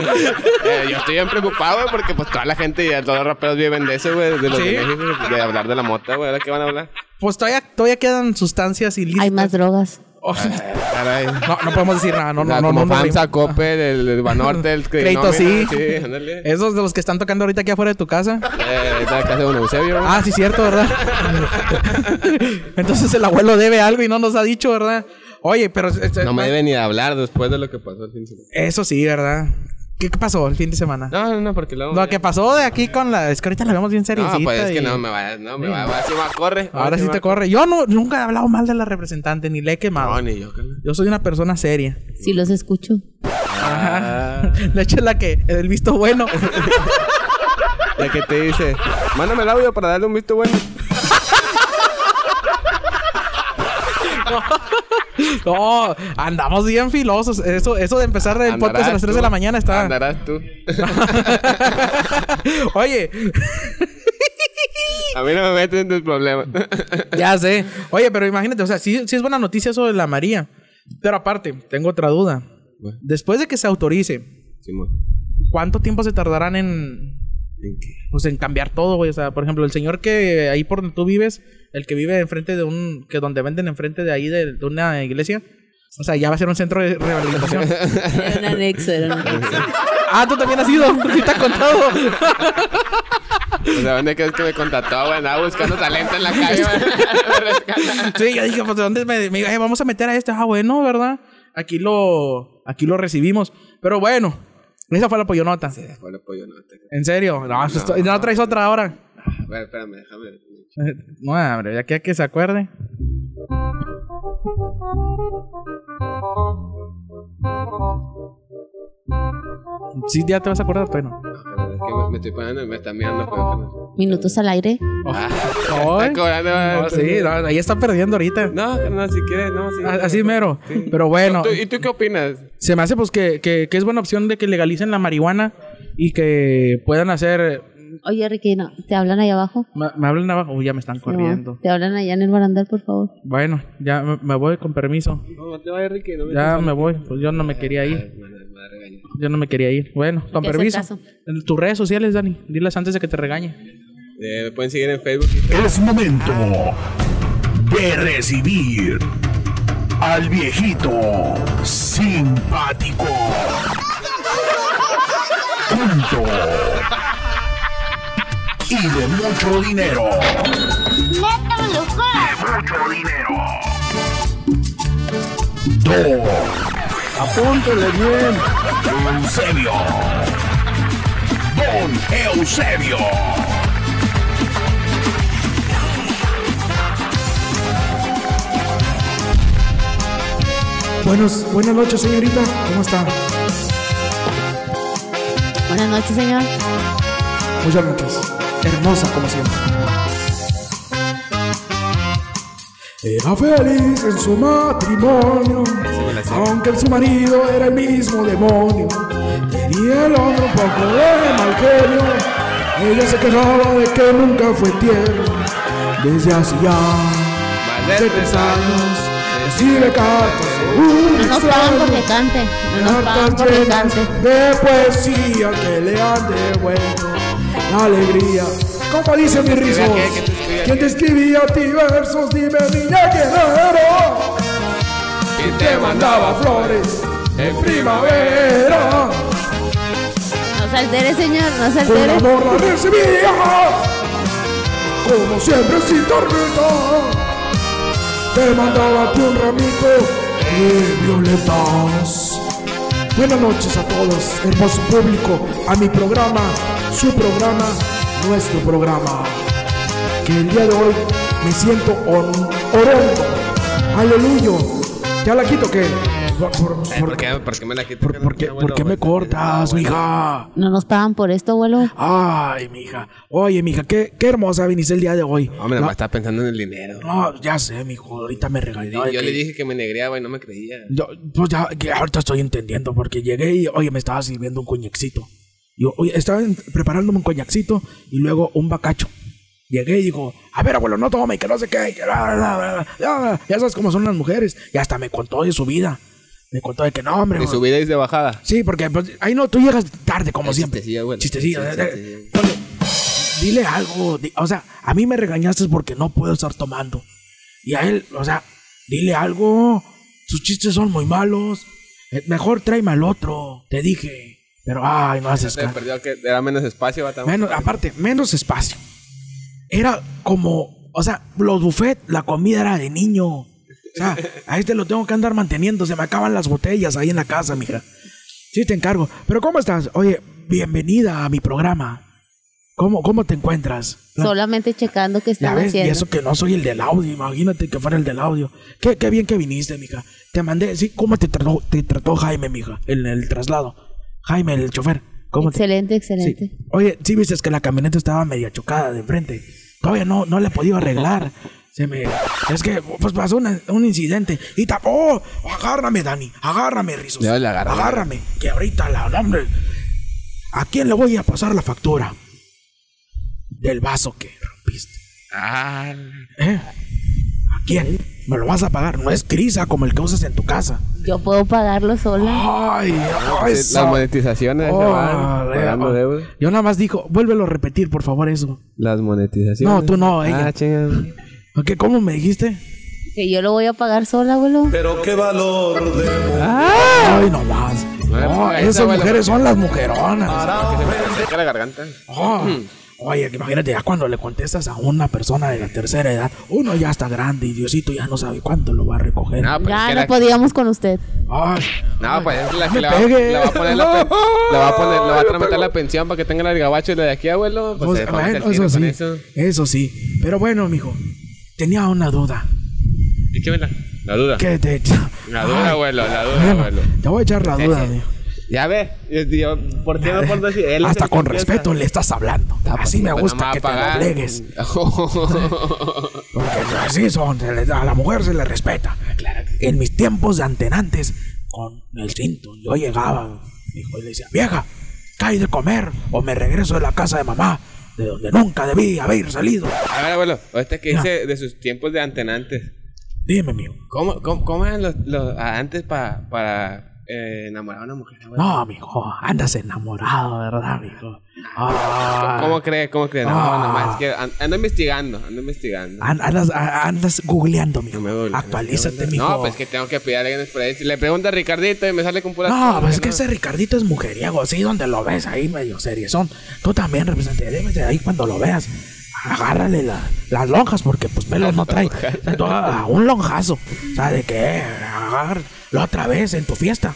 [SPEAKER 4] Eh, yo estoy bien preocupado, güey, porque pues toda la gente y todos los raperos viven de eso, güey, de los
[SPEAKER 3] Sí.
[SPEAKER 4] de México, de hablar de la mota, güey, ¿ahora qué van a hablar?
[SPEAKER 3] pues todavía, todavía quedan sustancias ilícitas.
[SPEAKER 5] Hay más drogas.
[SPEAKER 3] Oh,
[SPEAKER 4] Caray.
[SPEAKER 3] no, no podemos decir nada. No,
[SPEAKER 4] O
[SPEAKER 3] no,
[SPEAKER 4] sea,
[SPEAKER 3] no,
[SPEAKER 4] Ah, como
[SPEAKER 3] no, no.
[SPEAKER 4] FAMSA, Coppel, el, el Banorte, el
[SPEAKER 3] Crédito, sí. Eh.
[SPEAKER 4] Credinomia, Sí, ándale.
[SPEAKER 3] Esos de los que están tocando ahorita aquí afuera de tu casa.
[SPEAKER 4] Eh, ahí está la casa de Don Eusebio, güey.
[SPEAKER 3] Ah, sí, cierto, ¿verdad? Entonces el abuelo debe algo y no nos ha dicho, ¿verdad? Oye, pero. este,
[SPEAKER 4] No me debe ni hablar después de lo que pasó el fin de semana.
[SPEAKER 3] Eso sí, ¿verdad? ¿Qué qué pasó el fin de semana?
[SPEAKER 4] No, no, no, porque luego...
[SPEAKER 3] Lo que pasó de aquí con la. Es que ahorita la vemos bien seriecita.
[SPEAKER 4] No, pues es que
[SPEAKER 3] y-
[SPEAKER 4] no me va, no me va, va, sí va, corre.
[SPEAKER 3] Ahora sí
[SPEAKER 4] va.
[SPEAKER 3] te corre. Yo no, nunca he hablado mal de la representante, ni le he quemado.
[SPEAKER 4] No, ni yo, carnal.
[SPEAKER 3] Yo soy una persona seria.
[SPEAKER 5] Sí los escucho.
[SPEAKER 4] Ah.
[SPEAKER 3] Ajá. De hecho, es la que. El visto bueno.
[SPEAKER 4] La que te dice, mándame el audio para darle un visto bueno.
[SPEAKER 3] No, andamos bien filosos. Eso, eso de empezar el podcast a las 3 de la mañana está.
[SPEAKER 4] Andarás tú.
[SPEAKER 3] Oye,
[SPEAKER 4] A mí no me meten en tus problemas.
[SPEAKER 3] ya sé. Oye, pero imagínate, o sea, sí, sí es buena noticia eso de la María. Pero aparte, tengo otra duda.
[SPEAKER 4] Bueno.
[SPEAKER 3] Después de que se autorice,
[SPEAKER 4] Simón.
[SPEAKER 3] ¿cuánto tiempo se tardarán en.
[SPEAKER 4] ¿En qué?
[SPEAKER 3] Pues en cambiar todo, güey. O sea, por ejemplo, el señor que ahí por donde tú vives, el que vive enfrente de un. que donde venden enfrente de ahí de, de una iglesia. O sea, ya va a ser un centro de rehabilitación.
[SPEAKER 5] Era un anexo, era un anexo.
[SPEAKER 3] ah, tú también has ido. Sí, te ha contado.
[SPEAKER 4] O sea, ¿dónde crees que me contrató, güey? Andaba buscando talento en la calle, güey.
[SPEAKER 3] Sí, yo dije, pues, ¿de dónde me, me- eh, vamos a meter a este? Ah, bueno, ¿verdad? Aquí lo, aquí lo recibimos. Pero bueno, esa fue la pollonota.
[SPEAKER 4] Fue el pollo, no. te-
[SPEAKER 3] ¿En serio? No, pues, esto- no, traes otra ahora.
[SPEAKER 4] A ver, espérame, déjame.
[SPEAKER 3] Eh, No, hombre, ya que, que se acuerde. Sí, ya te vas a acordar, pero no.
[SPEAKER 4] No, carnal, es que me, me estoy poniendo, me están mirando, pero carnal.
[SPEAKER 5] Minutos al aire.
[SPEAKER 3] Ay,
[SPEAKER 4] Está cobrando, güey.
[SPEAKER 3] no, sí, no, ahí está perdiendo ahorita.
[SPEAKER 4] No, carnal, si quieres, no, sí.
[SPEAKER 3] A-
[SPEAKER 6] Ah,
[SPEAKER 3] Así mero. Pero bueno.
[SPEAKER 4] ¿Tú- ¿Y tú qué opinas?
[SPEAKER 3] Se me hace pues que, que, que es buena opción de que legalicen la marihuana y que puedan hacer...
[SPEAKER 5] Oye, Ricky, no, ¿te hablan ahí abajo?
[SPEAKER 3] Me, me hablan abajo, Uy, ya me están
[SPEAKER 5] No,
[SPEAKER 3] corriendo.
[SPEAKER 5] te hablan allá en el barandal, por favor.
[SPEAKER 3] Bueno, ya me, me voy con permiso.
[SPEAKER 4] No, no te vayas, Ricky, no
[SPEAKER 3] Ya me voy, pues yo no me quería ir. Yo no me quería ir. Bueno, con
[SPEAKER 5] Te hace
[SPEAKER 3] permiso.
[SPEAKER 5] caso.
[SPEAKER 3] En Tus redes sociales, Dani, dilas antes de que te regañe.
[SPEAKER 4] Eh, me pueden seguir en Facebook. y-
[SPEAKER 1] Es momento de recibir al viejito simpático. Punto. Y de mucho dinero. De mucho dinero. Dos. Apúntele bien. Eusebio. Don Eusebio.
[SPEAKER 3] Buenos, buenas noches, señorita. ¿Cómo está?
[SPEAKER 5] Buenas noches, señor.
[SPEAKER 3] Muchas noches. Hermosa como siempre.
[SPEAKER 6] Era feliz en su matrimonio,
[SPEAKER 4] me la sé.
[SPEAKER 6] aunque su marido era el mismo demonio. Tenía el hombre un poco de mal genio. Ella se quejaba de que nunca fue tierno. Desde hace ya
[SPEAKER 4] Más
[SPEAKER 6] de
[SPEAKER 4] de
[SPEAKER 6] tres
[SPEAKER 4] tres
[SPEAKER 6] años recibe cartas de un
[SPEAKER 5] No nos
[SPEAKER 6] extraño.
[SPEAKER 5] pagan porque cante. No nos pagan
[SPEAKER 6] Cartas
[SPEAKER 5] porque
[SPEAKER 6] llenas
[SPEAKER 5] cante.
[SPEAKER 6] de poesía que le han devuelto la alegría. Como dice mi rizo,
[SPEAKER 4] ¿Quién te escribía?
[SPEAKER 6] ¿quién te escribía a ti versos? Dime, niña guerrero,
[SPEAKER 4] Y
[SPEAKER 6] te mandaba flores en primavera.
[SPEAKER 7] No se altere, señor, no se
[SPEAKER 6] Con
[SPEAKER 7] altere.
[SPEAKER 6] amor la recibía, como siempre sin tormenta. Te mandaba a ti un ramito de violetas. Buenas noches a todos, hermoso público, a mi programa, su programa, nuestro programa. Que el día de hoy me siento orando. Aleluya. Ya la quito que. Por, por-
[SPEAKER 4] ¿Por
[SPEAKER 6] por-
[SPEAKER 4] qué, ¿Por qué me la quitas?
[SPEAKER 6] por- por qué- por qué me cortas, mija?
[SPEAKER 5] No nos pagan por esto, abuelo.
[SPEAKER 6] Ay, mija. Oye, mija, qué, qué hermosa viniste el día de hoy.
[SPEAKER 4] Hombre,
[SPEAKER 6] no,
[SPEAKER 4] nomás estaba pensando en el dinero.
[SPEAKER 6] no, ya sé, mijo. Ahorita me regañó. de
[SPEAKER 4] yo
[SPEAKER 6] que-
[SPEAKER 4] le dije que me negreaba y no me creía.
[SPEAKER 6] yo- pues ya, que ahorita estoy entendiendo porque llegué y, oye, me estaba sirviendo un coñacito. Yo, oye, estaba en- preparándome un coñacito y luego un bacacho. Llegué y digo, a ver, abuelo, no tome, que no sé qué. que bla, bla, bla, bla, bla". Ya sabes cómo son las mujeres. Y hasta me contó de su vida. Me contó de que no, hombre.
[SPEAKER 4] De
[SPEAKER 6] güey.
[SPEAKER 4] subida y de bajada.
[SPEAKER 6] Sí, porque pues, ahí no, tú llegas tarde como
[SPEAKER 4] El
[SPEAKER 6] siempre.
[SPEAKER 4] chistecillo, güey.
[SPEAKER 6] Chistecillo,
[SPEAKER 4] Sí,
[SPEAKER 6] eh,
[SPEAKER 4] sí,
[SPEAKER 6] eh, oye, dile algo, di- o sea, a mí me regañaste porque no puedo estar tomando. Y a él, o sea, dile algo. Sus chistes son muy malos. Eh, Mejor tráeme al otro, te dije. Pero ay, no haces
[SPEAKER 4] Se
[SPEAKER 6] caso.
[SPEAKER 4] perdió que era menos espacio, bata.
[SPEAKER 6] Menos, aparte, menos espacio. Era como, o sea, los buffets, la comida era de niño. O sea, a este lo tengo que andar manteniendo. Se me acaban las botellas ahí en la casa, mija. Sí, te encargo. Pero ¿cómo estás? Oye, bienvenida a mi programa. ¿Cómo, cómo te encuentras?
[SPEAKER 5] Solamente checando qué
[SPEAKER 6] Ya
[SPEAKER 5] están
[SPEAKER 6] ves, y
[SPEAKER 5] haciendo.
[SPEAKER 6] eso que no soy el del audio, imagínate que fuera el del audio. Qué, qué bien que viniste, mija. Te mandé, sí, ¿cómo te trató, te trató Jaime, mija, en el traslado? Jaime, el chofer. ¿Cómo te,
[SPEAKER 5] Excelente,
[SPEAKER 6] Sí.
[SPEAKER 5] excelente.
[SPEAKER 6] Oye, sí viste que la camioneta estaba media chocada de frente. Todavía no, no la he podido arreglar. Se me... Es que pues, pasó una- un incidente. Y tapó. Agárrame, Dani. Agárrame, Rizos.
[SPEAKER 4] Ya le agarré.
[SPEAKER 6] Agárrame. Que ahorita la... no, hombre. ¿A quién le voy a pasar la factura? Del vaso que rompiste.
[SPEAKER 4] Ah,
[SPEAKER 6] ¿Eh? ¿A quién? Me lo vas a pagar. No es crisa como el que usas en tu casa.
[SPEAKER 5] Yo puedo pagarlo sola.
[SPEAKER 6] Ay, ay,
[SPEAKER 4] sí, las
[SPEAKER 6] esa-
[SPEAKER 4] monetizaciones se
[SPEAKER 6] pues, Oh,
[SPEAKER 4] van
[SPEAKER 6] le-
[SPEAKER 4] pagando
[SPEAKER 6] oh.
[SPEAKER 4] deuda.
[SPEAKER 6] Yo nada más dijo, vuélvelo a repetir, por favor, eso.
[SPEAKER 4] Las monetizaciones.
[SPEAKER 6] No, tú no, ella.
[SPEAKER 4] Ah, chinga.
[SPEAKER 6] ¿Qué, ¿Cómo me dijiste?
[SPEAKER 5] Que yo lo voy a pagar sola, abuelo.
[SPEAKER 8] Pero qué valor de
[SPEAKER 6] Ay, no más. No,
[SPEAKER 4] Bueno, esa
[SPEAKER 6] esas
[SPEAKER 4] fue la-
[SPEAKER 6] mujeres son las mujeronas.
[SPEAKER 4] Seca la garganta.
[SPEAKER 6] Oh, Oye, que imagínate, ya cuando le contestas a una persona de la tercera edad, uno ya está grande y Diosito ya no sabe cuándo lo va a recoger.
[SPEAKER 4] No, pues
[SPEAKER 5] Ya
[SPEAKER 4] es que
[SPEAKER 5] no
[SPEAKER 4] la-
[SPEAKER 5] podíamos con usted.
[SPEAKER 6] Ay,
[SPEAKER 4] No, pues es la que
[SPEAKER 6] me
[SPEAKER 4] le va,
[SPEAKER 6] pegue.
[SPEAKER 4] le va a poner la pen-
[SPEAKER 6] No.
[SPEAKER 4] le va a poner, le va a tramitar la pensión para que tenga la del gabacho y la de aquí, abuelo. Pues,
[SPEAKER 6] pues,
[SPEAKER 4] se
[SPEAKER 6] bueno,
[SPEAKER 4] fabrica el tiro
[SPEAKER 6] eso
[SPEAKER 4] con
[SPEAKER 6] sí.
[SPEAKER 4] eso.
[SPEAKER 6] Eso sí. Pero bueno, mijo, tenía una duda.
[SPEAKER 4] Échemela. La duda.
[SPEAKER 6] ¿Qué te
[SPEAKER 4] La duda,
[SPEAKER 6] Ay,
[SPEAKER 4] abuelo, la duda,
[SPEAKER 6] bueno,
[SPEAKER 4] abuelo.
[SPEAKER 6] Te voy a echar la duda,
[SPEAKER 4] sí.
[SPEAKER 6] mijo.
[SPEAKER 4] Ya ve, yo- yo- ¿por qué no por decir? Él es
[SPEAKER 6] Hasta
[SPEAKER 4] el
[SPEAKER 6] con
[SPEAKER 4] que empieza.
[SPEAKER 6] respeto le estás hablando. Así me
[SPEAKER 4] Pues no
[SPEAKER 6] gusta
[SPEAKER 4] va
[SPEAKER 6] que
[SPEAKER 4] a
[SPEAKER 6] te
[SPEAKER 4] pagar.
[SPEAKER 6] doblegues. Porque así son, se le- a la mujer se le respeta. En mis tiempos de antenantes, con el cinto, yo llegaba mi hijo, y le decía, vieja, cae de comer o me regreso de la casa de mamá, de donde nunca debí haber salido.
[SPEAKER 4] A ver, abuelo, ahorita que dice de sus tiempos de antenantes.
[SPEAKER 6] Dime, mijo.
[SPEAKER 4] ¿Cómo, cómo, cómo eran los, los- a- antes pa- para eh, enamorar a una mujer? abuelo?
[SPEAKER 6] No, mijo, andas enamorado, ¿verdad, mijo? Ah,
[SPEAKER 4] ¿Cómo cree? ¿Cómo cree? No,
[SPEAKER 6] Ah.
[SPEAKER 4] nomás que an- ando investigando, ando investigando.
[SPEAKER 6] an- andas, a- andas googleando, mijo.
[SPEAKER 4] No me duele.
[SPEAKER 6] Ah, Actualízate, mijo.
[SPEAKER 4] No, pues que tengo que pedir a alguien por ahí. Si le pregunta a Ricardito y me sale con pura.
[SPEAKER 6] No, pues es que ese Ricardito es mujeriego, sí, donde lo ves ahí medio seriezón. Tú también, representante, debes de ahí cuando lo veas. Agárrale la- las lonjas porque pues pelos no trae. O sea, tú a- a un lonjazo. O sea, de que agarra la otra vez en tu fiesta.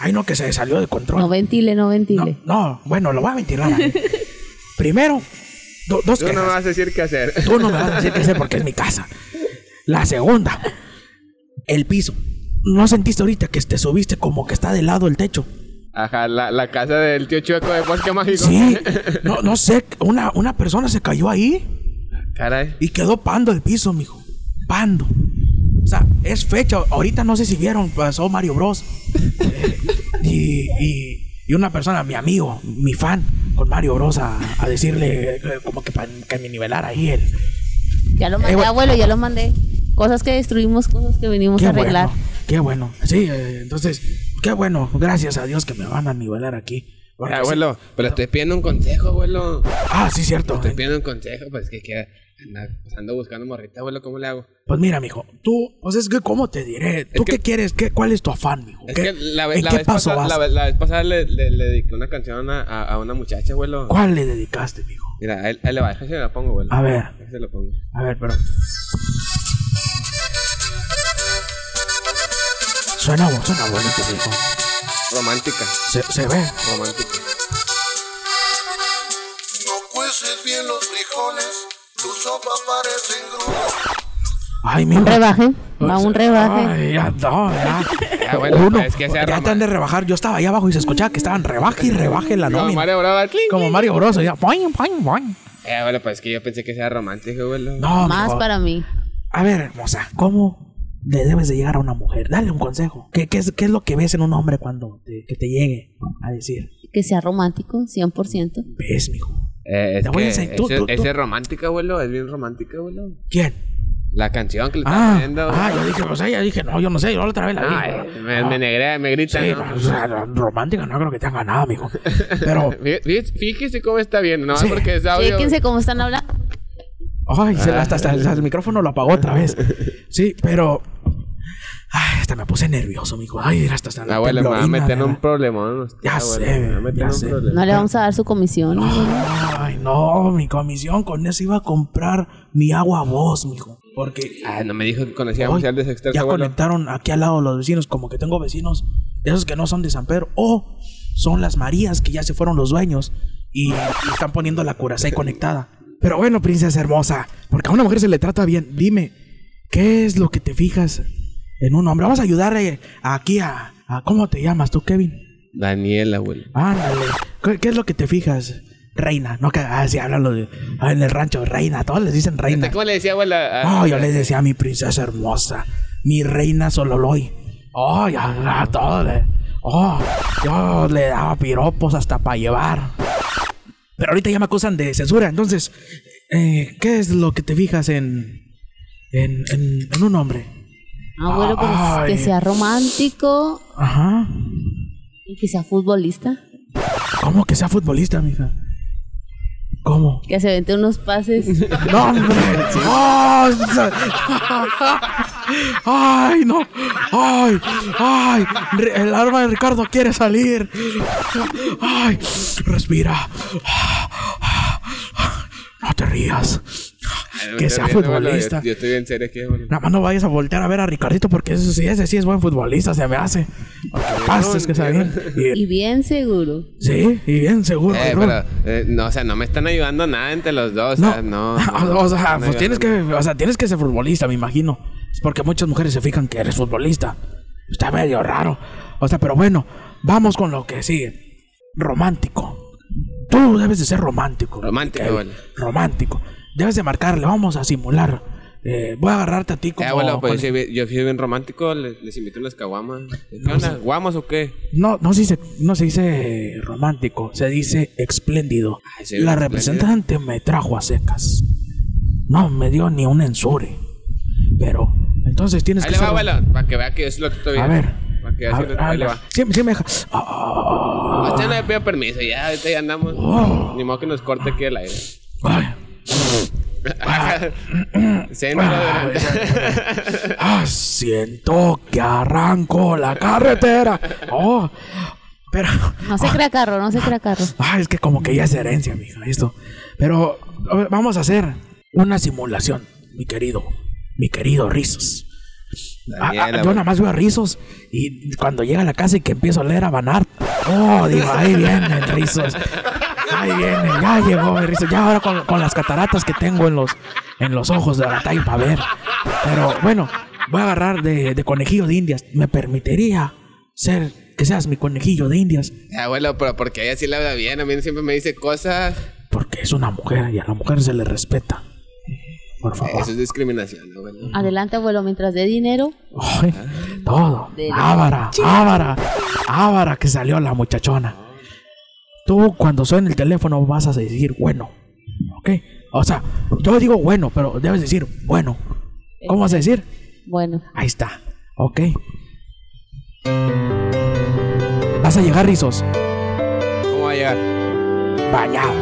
[SPEAKER 6] Ay, no, que se salió de control.
[SPEAKER 5] No ventile, no
[SPEAKER 6] No,
[SPEAKER 5] ventile.
[SPEAKER 6] no, bueno, lo voy a ventilar. ahí. Primero, do- dos
[SPEAKER 4] Tú no me
[SPEAKER 6] quejas.
[SPEAKER 4] vas a decir qué hacer.
[SPEAKER 6] Tú no me vas a decir que sé porque es mi casa. La segunda, el piso. ¿No sentiste ahorita que te subiste como que está de lado el techo?
[SPEAKER 4] Ajá, la, la casa del tío Chueco de Bosque Mágico.
[SPEAKER 6] Sí, no, no sé, una, una persona se cayó ahí
[SPEAKER 4] Caray.
[SPEAKER 6] y quedó pando el piso, mijo. Pando. sea, es fecha. Ahorita no sé si vieron, pasó Mario Bros. Eh, y, y- y una persona, mi amigo, mi fan, con Mario Bros. a, a decirle eh, como que para que me nivelara ahí él.
[SPEAKER 5] Ya lo mandé,
[SPEAKER 6] Eh, bueno.
[SPEAKER 5] abuelo, ya lo mandé. Cosas que destruimos, cosas que venimos a arreglar.
[SPEAKER 6] Bueno, qué bueno. Sí, eh, entonces, qué bueno. Gracias a Dios que me van a nivelar aquí. Porque
[SPEAKER 4] Mira, abuelo, pero estoy pidiendo un consejo, abuelo.
[SPEAKER 6] sí- Ah, sí, cierto.
[SPEAKER 4] Estoy pidiendo un consejo, pues que quiera andar pues, ando buscando morrita, abuelo, ¿cómo le hago?
[SPEAKER 6] Pues mira, mijo, tú, pues es que, ¿cómo te diré? ¿Tú
[SPEAKER 4] que-
[SPEAKER 6] qué quieres? ¿Qué, ¿Cuál es tu afán, mijo?
[SPEAKER 4] Es
[SPEAKER 6] ¿Qué-
[SPEAKER 4] que la, ve-
[SPEAKER 6] ¿En
[SPEAKER 4] la
[SPEAKER 6] qué
[SPEAKER 4] vez
[SPEAKER 6] paso
[SPEAKER 4] pasada,
[SPEAKER 6] vas?
[SPEAKER 4] la, ve- la vez pasada le, le, le dediqué una canción a, a- a una muchacha, abuelo.
[SPEAKER 6] ¿Cuál le dedicaste, mijo?
[SPEAKER 4] Mira, ahí, ahí le va, déjame se la pongo, abuelo.
[SPEAKER 6] A ver.
[SPEAKER 4] Déjame se la pongo.
[SPEAKER 6] A ver, pero. Suena, bu- suena bonito, mijo.
[SPEAKER 4] Romántica,
[SPEAKER 6] Se, se ve.
[SPEAKER 4] romántica.
[SPEAKER 9] No cueces bien los frijoles, tu sopa parece engrudo.
[SPEAKER 6] Ay, mijo.
[SPEAKER 5] Rebaje,
[SPEAKER 6] Pues,
[SPEAKER 5] va un rebaje.
[SPEAKER 6] Ay, ya no, ya.
[SPEAKER 4] Ya, abuelo,
[SPEAKER 6] Uno,
[SPEAKER 4] es que sea
[SPEAKER 6] ya te han de rebajar. Yo estaba ahí abajo y se escuchaba que estaban rebaje y rebaje la
[SPEAKER 4] No,
[SPEAKER 6] nómina.
[SPEAKER 4] Mario Brava, tling.
[SPEAKER 6] Como Mario Bros. ya, poing, poing, poing.
[SPEAKER 4] Eh, abuelo, pues es que yo pensé que sea romántico, abuelo.
[SPEAKER 6] No,
[SPEAKER 5] Más
[SPEAKER 6] mijo.
[SPEAKER 5] para mí.
[SPEAKER 6] A ver, hermosa, ¿cómo le debes de llegar a una mujer? Dale un consejo. ¿Qué, qué es, qué es lo que ves en un hombre cuando te, que te llegue a decir?
[SPEAKER 5] Que sea romántico, 100%.
[SPEAKER 6] ¿Ves, mijo?
[SPEAKER 4] Eh, es
[SPEAKER 6] Te voy a
[SPEAKER 4] que
[SPEAKER 6] enseñar- tú,
[SPEAKER 4] ese-
[SPEAKER 6] tú, tú.
[SPEAKER 4] ese es romántica, abuelo, es bien romántica, abuelo.
[SPEAKER 6] ¿Quién?
[SPEAKER 4] La canción que le está
[SPEAKER 6] Ah,
[SPEAKER 4] poniendo.
[SPEAKER 6] ah, yo dije, pues ella, dije, no, yo no sé, yo la otra vez la vi.
[SPEAKER 4] Ah, eh, me, me negré, me gritan.
[SPEAKER 6] Sí,
[SPEAKER 4] ¿no?
[SPEAKER 6] o sea, romántica no creo que tenga nada, mijo. Pero,
[SPEAKER 4] Fí- fí- Fíjese cómo está bien, no
[SPEAKER 6] Sí.
[SPEAKER 4] porque es audio.
[SPEAKER 5] Fíjense cómo están hablando.
[SPEAKER 6] ay, se- hasta, hasta el, el micrófono lo apagó otra vez. Sí, pero, ay, hasta me puse nervioso, mijo. Ay, hasta hasta la
[SPEAKER 4] Abuelo, me va a
[SPEAKER 6] temblorina,
[SPEAKER 4] meter en un
[SPEAKER 6] ¿verdad?
[SPEAKER 4] problemón. usted,
[SPEAKER 6] Ya
[SPEAKER 4] abuelo,
[SPEAKER 6] sé,
[SPEAKER 4] me va a meter en un
[SPEAKER 6] ya sé.
[SPEAKER 4] problema.
[SPEAKER 5] No le vamos a dar su comisión.
[SPEAKER 6] Ay, no, mi comisión, con eso iba a comprar mi agua a vos, mijo. Porque
[SPEAKER 4] Ah, no me dijo que conocía
[SPEAKER 6] Hoy
[SPEAKER 4] oficial de sexto
[SPEAKER 6] ya
[SPEAKER 4] abuelo.
[SPEAKER 6] conectaron aquí al lado los vecinos, como que tengo vecinos de esos que no son de San Pedro, o son las Marías que ya se fueron los dueños y, y están poniendo la curacay conectada. Pero bueno, princesa hermosa, porque a una mujer se le trata bien, dime, ¿qué es lo que te fijas en un hombre? Vamos a ayudar eh, aquí a, a- ¿Cómo te llamas tú, Kevin?
[SPEAKER 4] Daniel, abuelo.
[SPEAKER 6] Ándale, ¿qué, qué es lo que te fijas? Reina, no que así hablan los de- ah, en el rancho, reina, todos les dicen reina.
[SPEAKER 4] ¿Usted ¿Cómo le decía, abuelo?
[SPEAKER 6] No, yo le decía a mi princesa hermosa, mi reina Sololoy. Oh, ya, ya, todo le- Oh, yo le daba piropos hasta para llevar. Pero ahorita ya me acusan de censura, entonces, eh, ¿qué es lo que te fijas en, en, en- en un hombre?
[SPEAKER 5] Abuelo, pues,
[SPEAKER 6] Ay.
[SPEAKER 5] que sea romántico
[SPEAKER 6] Ajá.
[SPEAKER 5] y que sea futbolista.
[SPEAKER 6] ¿Cómo que sea futbolista, mija? ¿Cómo?
[SPEAKER 5] Que se vente unos pases.
[SPEAKER 6] ¡No, hombre! ¡Oh! ¡Ay, no! ¡Ay! ¡Ay! Re- El arma de Ricardo quiere salir. ¡Ay! Respira. No te rías. Que sea futbolista.
[SPEAKER 4] Yo, yo estoy bien serio aquí, abuelo.
[SPEAKER 6] Nada más no vayas a voltear a ver a Ricardito porque eso sí, ese sí es buen futbolista, se me hace. Aunque Pases que sea bien. Y-
[SPEAKER 5] y bien seguro.
[SPEAKER 6] sí, y bien seguro.
[SPEAKER 4] Eh,
[SPEAKER 6] ¿no?
[SPEAKER 4] pero, eh, no, o sea, no me están ayudando nada entre los dos. O sea, no. no,
[SPEAKER 6] o sea,
[SPEAKER 4] no
[SPEAKER 6] pues tienes que,
[SPEAKER 4] ayudan.
[SPEAKER 6] o sea, tienes que ser futbolista, me imagino. Es porque muchas mujeres se fijan que eres futbolista. Está medio raro. O sea, pero bueno, vamos con lo que sigue. Romántico. Tú debes de ser romántico.
[SPEAKER 4] Romántico,
[SPEAKER 6] Miguel.
[SPEAKER 4] abuelo.
[SPEAKER 6] Romántico. Debes de marcarle, vamos a simular. Eh, voy a agarrarte a ti
[SPEAKER 4] Eh,
[SPEAKER 6] como...
[SPEAKER 4] abuelo, pues
[SPEAKER 6] con-
[SPEAKER 4] yo soy, bien- yo soy bien romántico, les, les invito unas caguamas. ¿Qué onda? ¿Guamos o qué?
[SPEAKER 6] No, no se dice, no se dice romántico, se dice espléndido.
[SPEAKER 4] Ay, sí,
[SPEAKER 6] la
[SPEAKER 4] espléndido.
[SPEAKER 6] representante me trajo a secas. No me dio ni un ensure. Pero, entonces tienes
[SPEAKER 4] Ahí
[SPEAKER 6] que
[SPEAKER 4] le va,
[SPEAKER 6] ser-
[SPEAKER 4] abuelo, para que vea que yo sí lo trato bien.
[SPEAKER 6] A ver.
[SPEAKER 4] Para que vea
[SPEAKER 6] A
[SPEAKER 4] si
[SPEAKER 6] ver,
[SPEAKER 4] lo-
[SPEAKER 6] a
[SPEAKER 4] ahí le
[SPEAKER 6] ver,
[SPEAKER 4] va.
[SPEAKER 6] sí, sí me deja.
[SPEAKER 4] A usted no le pido permiso, ya, ahorita ya andamos.
[SPEAKER 6] Oh.
[SPEAKER 4] Ni modo que nos corte aquí el aire.
[SPEAKER 6] Ay,
[SPEAKER 4] Sí, no, brother.
[SPEAKER 6] ah, siento que arranco la carretera. Oh, pero,
[SPEAKER 5] No se crea carro, no se crea carro.
[SPEAKER 6] ah, es que como que ya es herencia, mija, esto. Pero a ver, vamos a hacer una simulación, mi querido, mi querido Rizos. Ah,
[SPEAKER 4] Daniel,
[SPEAKER 6] ah, yo
[SPEAKER 4] abuelo.
[SPEAKER 6] nada más veo a rizos y cuando llega a la casa y que empiezo a leer a Banart, oh, digo, ahí vienen rizos. Ahí vienen, ya llegó mi rizo. Ya ahora con, con las cataratas que tengo en los, en los ojos de la talla para ver. Pero bueno, voy a agarrar de, de conejillo de indias. Me permitiría ser que seas mi conejillo de indias
[SPEAKER 4] Abuelo, Ah, pero porque ella sí le habla bien, a mí siempre me dice cosas.
[SPEAKER 6] porque es una mujer y a la mujer se le respeta. Por favor.
[SPEAKER 4] Eso es discriminación, abuelo.
[SPEAKER 5] Adelante, abuelo, mientras dé dinero.
[SPEAKER 6] Ay, todo.
[SPEAKER 5] De la
[SPEAKER 6] Ávara, Ávara, Ávara que salió la muchachona. Tú cuando suene el teléfono vas a decir bueno. ¿Ok? O sea, yo digo bueno, pero debes decir bueno. ¿Cómo vas a decir?
[SPEAKER 5] Bueno,
[SPEAKER 6] Ahí está. Ok. Vas a llegar, Rizos.
[SPEAKER 4] ¿Cómo va a llegar?
[SPEAKER 6] Bañado.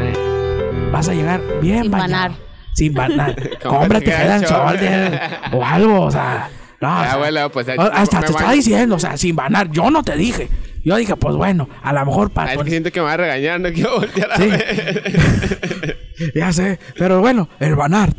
[SPEAKER 4] Eh.
[SPEAKER 6] Vas a llegar bien
[SPEAKER 5] Sin
[SPEAKER 6] bañado.
[SPEAKER 5] banar.
[SPEAKER 6] Sin banar.
[SPEAKER 4] Con
[SPEAKER 6] Cómprate
[SPEAKER 4] percal,
[SPEAKER 6] head and
[SPEAKER 4] chaval.
[SPEAKER 6] Shoulder o algo, o sea. No, o
[SPEAKER 4] Ah,
[SPEAKER 6] sea,
[SPEAKER 4] abuelo, pues.
[SPEAKER 6] Ah, Hasta
[SPEAKER 4] me
[SPEAKER 6] te
[SPEAKER 4] va-
[SPEAKER 6] estaba diciendo, o sea, sin banar. Yo no te dije. Yo dije, pues bueno, a lo mejor
[SPEAKER 4] Ah,
[SPEAKER 6] para.
[SPEAKER 4] es que siento que me va a regañar, no quiero voltear a
[SPEAKER 6] Sí.
[SPEAKER 4] ver.
[SPEAKER 6] ya sé, pero bueno, el Banart.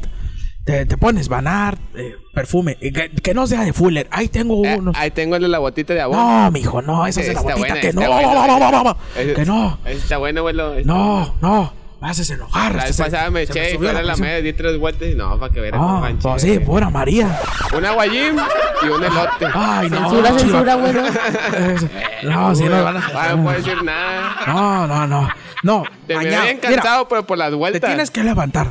[SPEAKER 6] Te, te pones Banart, eh, perfume. eh, que, que no sea de Fuller. Ahí tengo
[SPEAKER 4] Eh,
[SPEAKER 6] uno.
[SPEAKER 4] ahí tengo el de la botita de abono.
[SPEAKER 6] no, mijo, no, esa es la
[SPEAKER 4] Está
[SPEAKER 6] botita.
[SPEAKER 4] buena,
[SPEAKER 6] que,
[SPEAKER 4] está
[SPEAKER 6] no,
[SPEAKER 4] buena,
[SPEAKER 6] va, va, va, va, va,
[SPEAKER 4] Ese-
[SPEAKER 6] que no,
[SPEAKER 4] ese Está bueno, abuelo. Ese-
[SPEAKER 6] no, no. Me haces enojar.
[SPEAKER 4] La vez
[SPEAKER 6] se-
[SPEAKER 4] pasada me
[SPEAKER 6] se me
[SPEAKER 4] eché y
[SPEAKER 6] subió
[SPEAKER 4] fuera la,
[SPEAKER 6] presión.
[SPEAKER 4] media, di tres vueltas y no, para que vean
[SPEAKER 6] Ah, pues sí, pura María.
[SPEAKER 4] Un aguayín y un elote.
[SPEAKER 6] Ay, no.
[SPEAKER 5] censura,
[SPEAKER 6] chiva.
[SPEAKER 5] censura, abuelo.
[SPEAKER 6] No, sí, no van a.
[SPEAKER 4] Ah, no puedo decir nada.
[SPEAKER 6] No, no, no. No,
[SPEAKER 4] Te me
[SPEAKER 6] bañado.
[SPEAKER 4] había
[SPEAKER 6] Mira,
[SPEAKER 4] encantado, pero por las
[SPEAKER 6] te
[SPEAKER 4] vueltas.
[SPEAKER 6] tienes que levantar.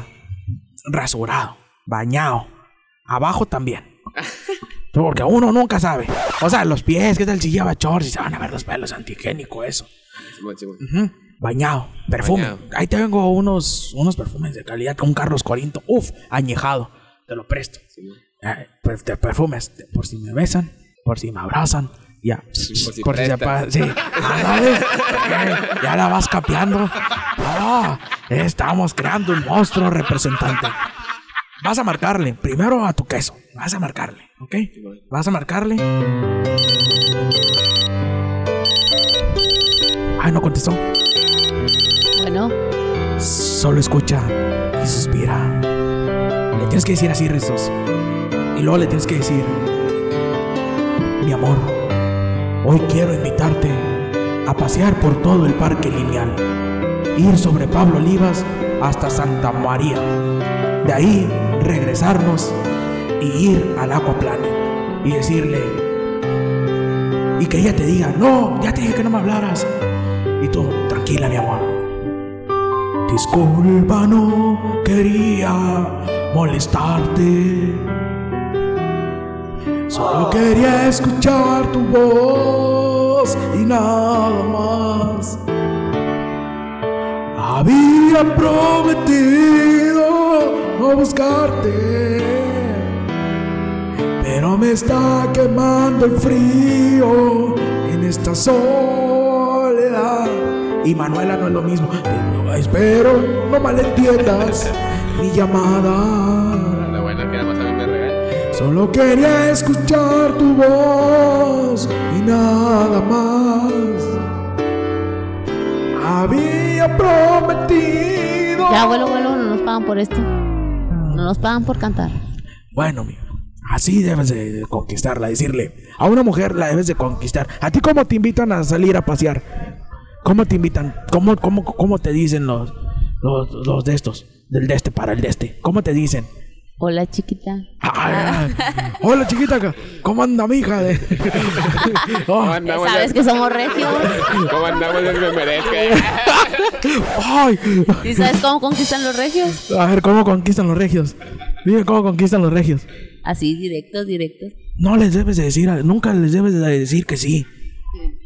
[SPEAKER 6] Rasurado, bañado. Abajo también. Porque uno nunca sabe. O sea, los pies, ¿qué tal si lleva shorts? Y se van a ver los pelos antigénico, eso.
[SPEAKER 4] Simón, Simón.
[SPEAKER 6] Ujú. Bañado, perfume.
[SPEAKER 4] Bañado.
[SPEAKER 6] Ahí te vengo unos, unos perfumes de calidad. Un Carlos Corinto, uf, añejado. Te lo presto.
[SPEAKER 4] Simón.
[SPEAKER 6] Eh, pues, te perfumes de- por si me besan, por si me abrazan. Ya,
[SPEAKER 4] por si
[SPEAKER 6] por si
[SPEAKER 4] prestas.
[SPEAKER 6] se pa- sí. Ándale. Eh, ya la vas capeando. Ah, estamos creando un monstruo representante. Vas a marcarle primero a tu queso. Vas a marcarle, ¿ok? Vas a marcarle. Ay, no contestó.
[SPEAKER 5] Bueno,
[SPEAKER 6] Solo escucha y suspira. Le tienes que decir así, Rizos. Y luego le tienes que decir, mi amor, hoy quiero invitarte a pasear por todo el parque lineal. Ir sobre Pablo Olivas hasta Santa María. De ahí regresarnos y ir al Aquaplanet. Y decirle, y que ella te diga, no, ya te dije que no me hablaras. Y tú, tranquila, mi amor. Disculpa, no quería molestarte. Solo quería escuchar tu voz y nada más. Había prometido no buscarte, pero me está quemando el frío en esta soledad. Y Manuela no es lo mismo. Pero Espero no malentiendas mi llamada.
[SPEAKER 4] Lo bueno que nada más a mí me regalan.
[SPEAKER 6] Solo quería escuchar tu voz y nada más. Había prometido.
[SPEAKER 5] ya, abuelo, abuelo, no nos pagan por esto. No nos pagan por cantar.
[SPEAKER 6] Bueno, mijo, así debes de de conquistarla, decirle. A una mujer la debes de conquistar. ¿A ti cómo te invitan a salir a pasear? ¿Cómo te invitan? ¿Cómo, cómo, cómo te dicen los, los, los de estos? Del de este para el de este. ¿Cómo te dicen?
[SPEAKER 5] Hola, chiquita.
[SPEAKER 6] Ay, ay. Hola chiquita, ¿cómo anda mi hija? De... Oh,
[SPEAKER 4] ¿Cómo andamos?
[SPEAKER 5] Sabes que somos regios.
[SPEAKER 4] ¿Cómo andamos? Dios me merezca.
[SPEAKER 6] ay.
[SPEAKER 5] ¿Y sabes cómo conquistan los regios?
[SPEAKER 6] A ver, ¿cómo conquistan los regios? Dime cómo conquistan los regios.
[SPEAKER 5] Así, directos, directos.
[SPEAKER 6] No les debes de decir, a- nunca les debes de decir que sí.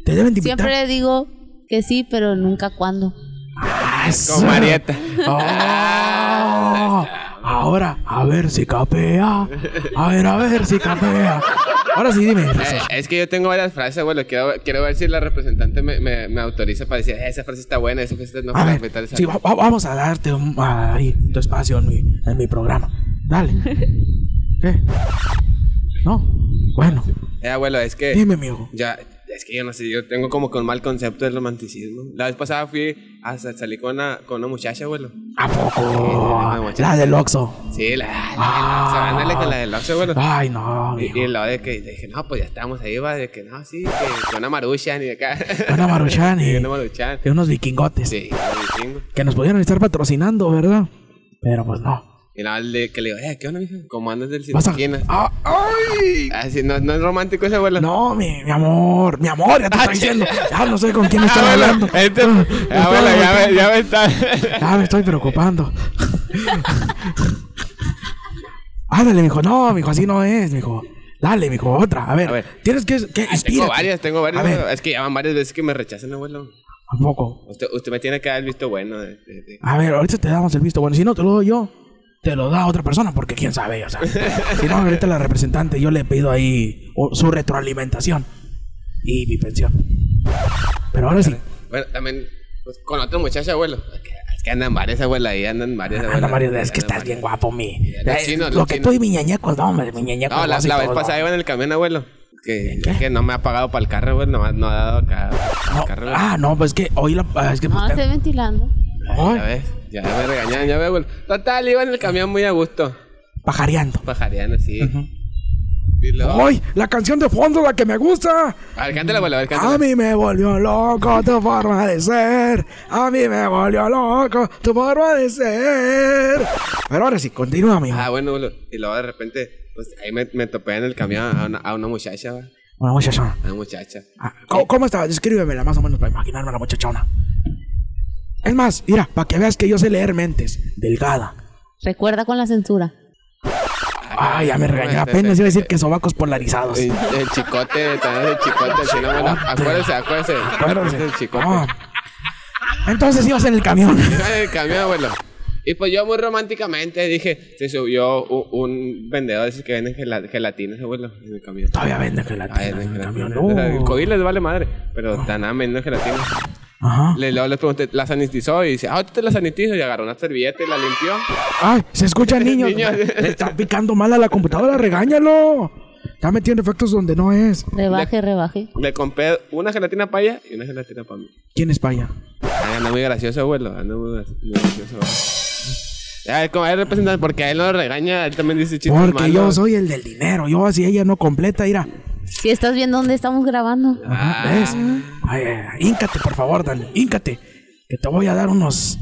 [SPEAKER 6] Te deben de invitar.
[SPEAKER 5] Siempre le digo que sí, pero nunca cuándo.
[SPEAKER 6] Ah, eso.
[SPEAKER 4] Con Marieta.
[SPEAKER 6] Oh, ahora, a ver si capea. A ver, a ver si capea. Ahora sí, dime.
[SPEAKER 4] Eh, es que yo tengo varias frases, abuelo. Quiero, quiero ver si la representante me, me, me autoriza para decir, "Eh, esa frase está buena, esa frase no
[SPEAKER 6] A
[SPEAKER 4] para
[SPEAKER 6] ver,
[SPEAKER 4] respetar esa.
[SPEAKER 6] sí, va- va- vamos a darte un, ahí, tu espacio en mi, en mi programa. Dale. ¿Qué? ¿No? Bueno,
[SPEAKER 4] Eh, abuelo, es que.
[SPEAKER 6] dime, amigo.
[SPEAKER 4] Ya, es que yo no sé, yo tengo como que un mal concepto del romanticismo. La vez pasada fui a sa- salí con una, con una muchacha, abuelo.
[SPEAKER 6] ¿A
[SPEAKER 4] la
[SPEAKER 6] poco?
[SPEAKER 4] muchacha.
[SPEAKER 6] La del Oxxo.
[SPEAKER 4] Sí, la, la,
[SPEAKER 6] Ah.
[SPEAKER 4] la- ándale con la del Oxxo, abuelo.
[SPEAKER 6] Ay, no,
[SPEAKER 4] Y,
[SPEAKER 6] mijo.
[SPEAKER 4] y la de que dije, no, pues ya estábamos ahí, va, de que no, sí, que con una maruchan y de acá.
[SPEAKER 6] Una Maruchan
[SPEAKER 4] Y
[SPEAKER 6] y,
[SPEAKER 4] una maruchan.
[SPEAKER 6] y unos vikingotes.
[SPEAKER 4] Sí, un chingo.
[SPEAKER 6] Que nos pudieran estar patrocinando, ¿verdad? Pero pues no.
[SPEAKER 4] Y nada, le, que le digo, eh, ¿qué onda, mija? ¿Cómo andas del
[SPEAKER 6] Vas a...
[SPEAKER 4] cine?
[SPEAKER 6] Ah, ¡Ay!
[SPEAKER 4] Así, no, no es romántico ese, abuelo.
[SPEAKER 6] No, mi, mi amor, mi amor, ya te estoy diciendo. Ya no sé con quién estoy
[SPEAKER 4] Ah,
[SPEAKER 6] hablando.
[SPEAKER 4] abuelo, este,
[SPEAKER 6] Ah,
[SPEAKER 4] ah, abuelo,
[SPEAKER 6] estoy-
[SPEAKER 4] ya me, ya me está.
[SPEAKER 6] Ya me estoy preocupando. Ándale, mijo. No, mijo, así no es, mijo. Dale, mijo, otra. A ver,
[SPEAKER 4] A ver.
[SPEAKER 6] tienes que. que
[SPEAKER 4] Tengo
[SPEAKER 6] inspírate.
[SPEAKER 4] varias, tengo varias.
[SPEAKER 6] A ver,
[SPEAKER 4] Es que ya van varias veces que me rechazan, abuelo.
[SPEAKER 6] un poco.
[SPEAKER 4] Usted, usted me tiene que dar el visto bueno. de- de- de-
[SPEAKER 6] A ver, ahorita te damos el visto. Bueno, si no te lo doy yo, te lo da otra persona, porque quién sabe, o sea. si no, ahorita la representante, yo le pido ahí o- su retroalimentación y mi pensión. Pero ahora sí,
[SPEAKER 4] Bueno, también pues, con otra muchacha, abuelo. Es que- Es que andan varias, abuela, ahí andan varias, abuela.
[SPEAKER 6] Ana María, es que
[SPEAKER 4] Andan
[SPEAKER 6] estás bien
[SPEAKER 4] varias.
[SPEAKER 6] guapo, mi.
[SPEAKER 4] Los
[SPEAKER 6] Eh,
[SPEAKER 4] chinos,
[SPEAKER 6] lo
[SPEAKER 4] los
[SPEAKER 6] que
[SPEAKER 4] chinos.
[SPEAKER 6] tú y mi ñañaco, no, hombre, mi ñañaco.
[SPEAKER 4] No, la,
[SPEAKER 6] vos y
[SPEAKER 4] la vez
[SPEAKER 6] todos,
[SPEAKER 4] pasada iba en el camión, abuelo. Que,
[SPEAKER 6] qué?
[SPEAKER 4] que no me ha pagado para el carro, abuelo. No, me ha- no ha dado acá.
[SPEAKER 6] no.
[SPEAKER 4] el carro,
[SPEAKER 6] Ah, no, pues que hoy la. ah, Es que.
[SPEAKER 5] No,
[SPEAKER 6] pues,
[SPEAKER 5] estoy ventilando.
[SPEAKER 4] Ya
[SPEAKER 6] ay,
[SPEAKER 4] ves, ya me regañan, ya ves, abuelo. Total, iba en el camión muy a gusto.
[SPEAKER 6] pajareando.
[SPEAKER 4] Pajareando, sí.
[SPEAKER 6] Ujú.
[SPEAKER 4] Y luego-
[SPEAKER 6] ¡Ay! La canción de fondo, la que me gusta.
[SPEAKER 4] A ver, cántala, abuelo, a ver, cántala.
[SPEAKER 6] A mí me volvió loco tu forma de ser. A mí me volvió loco tu forma de ser. Pero ahora sí, continúa, mijo.
[SPEAKER 4] Ah, bueno, boludo. Y luego de repente, pues ahí me, me topé en el camión a una, a una muchacha, va.
[SPEAKER 6] Una muchachona.
[SPEAKER 4] A una muchacha.
[SPEAKER 6] Ah, ¿Cómo, cómo estaba? Descríbemela más o menos para imaginarme a la muchachona. Es más, mira, para que veas que yo sé leer mentes. Delgada.
[SPEAKER 5] Recuerda con la censura.
[SPEAKER 6] Ay, ya me regañé.
[SPEAKER 4] Bueno,
[SPEAKER 6] Apenas
[SPEAKER 4] este,
[SPEAKER 6] iba a decir que sobacos polarizados.
[SPEAKER 4] El, el chicote, también el chicote, el chino, bueno, acuérdese, acuérdese.
[SPEAKER 6] Acuérdense.
[SPEAKER 4] El chicote.
[SPEAKER 6] Ah. Entonces ibas en el camión.
[SPEAKER 4] Iba en el camión, abuelo. Y pues yo muy románticamente dije, se subió u- un, vendedor ese que vende gela- gelatinas, abuelo, en el camión.
[SPEAKER 6] Todavía venden
[SPEAKER 4] Ay,
[SPEAKER 6] gelatina
[SPEAKER 4] venden
[SPEAKER 6] en el camión.
[SPEAKER 4] gelatinas. O sea, el
[SPEAKER 6] Uh.
[SPEAKER 4] COVID les vale madre, pero están nada vendiendo gelatinas.
[SPEAKER 6] Ajá.
[SPEAKER 4] Le, luego les pregunté, ¿la sanitizó? Y dice, ah, ahorita te la sanitizo. Y agarró una servilleta y la limpió.
[SPEAKER 6] Ay, se escuchan niños.
[SPEAKER 4] Niños.
[SPEAKER 6] Le está picando mal a la computadora, regáñalo. Está metiendo efectos donde no es.
[SPEAKER 5] Rebaje, rebaje.
[SPEAKER 4] Le compré una gelatina para ella y una gelatina para mí.
[SPEAKER 6] ¿Quién es Paya?
[SPEAKER 4] Ay, anda muy gracioso, abuelo. Anda muy, gra- muy gracioso. abuelo. Ay, como él representa, porque a él no lo regaña, él también dice chistes
[SPEAKER 6] Porque yo
[SPEAKER 4] malos.
[SPEAKER 6] soy el del dinero. Yo así ella no completa, mira.
[SPEAKER 5] Si estás viendo dónde estamos grabando.
[SPEAKER 4] Ah.
[SPEAKER 6] ¿Ves? Ay, ay, ay, híncate, por favor, Dani. Híncate. Que te voy a dar unos.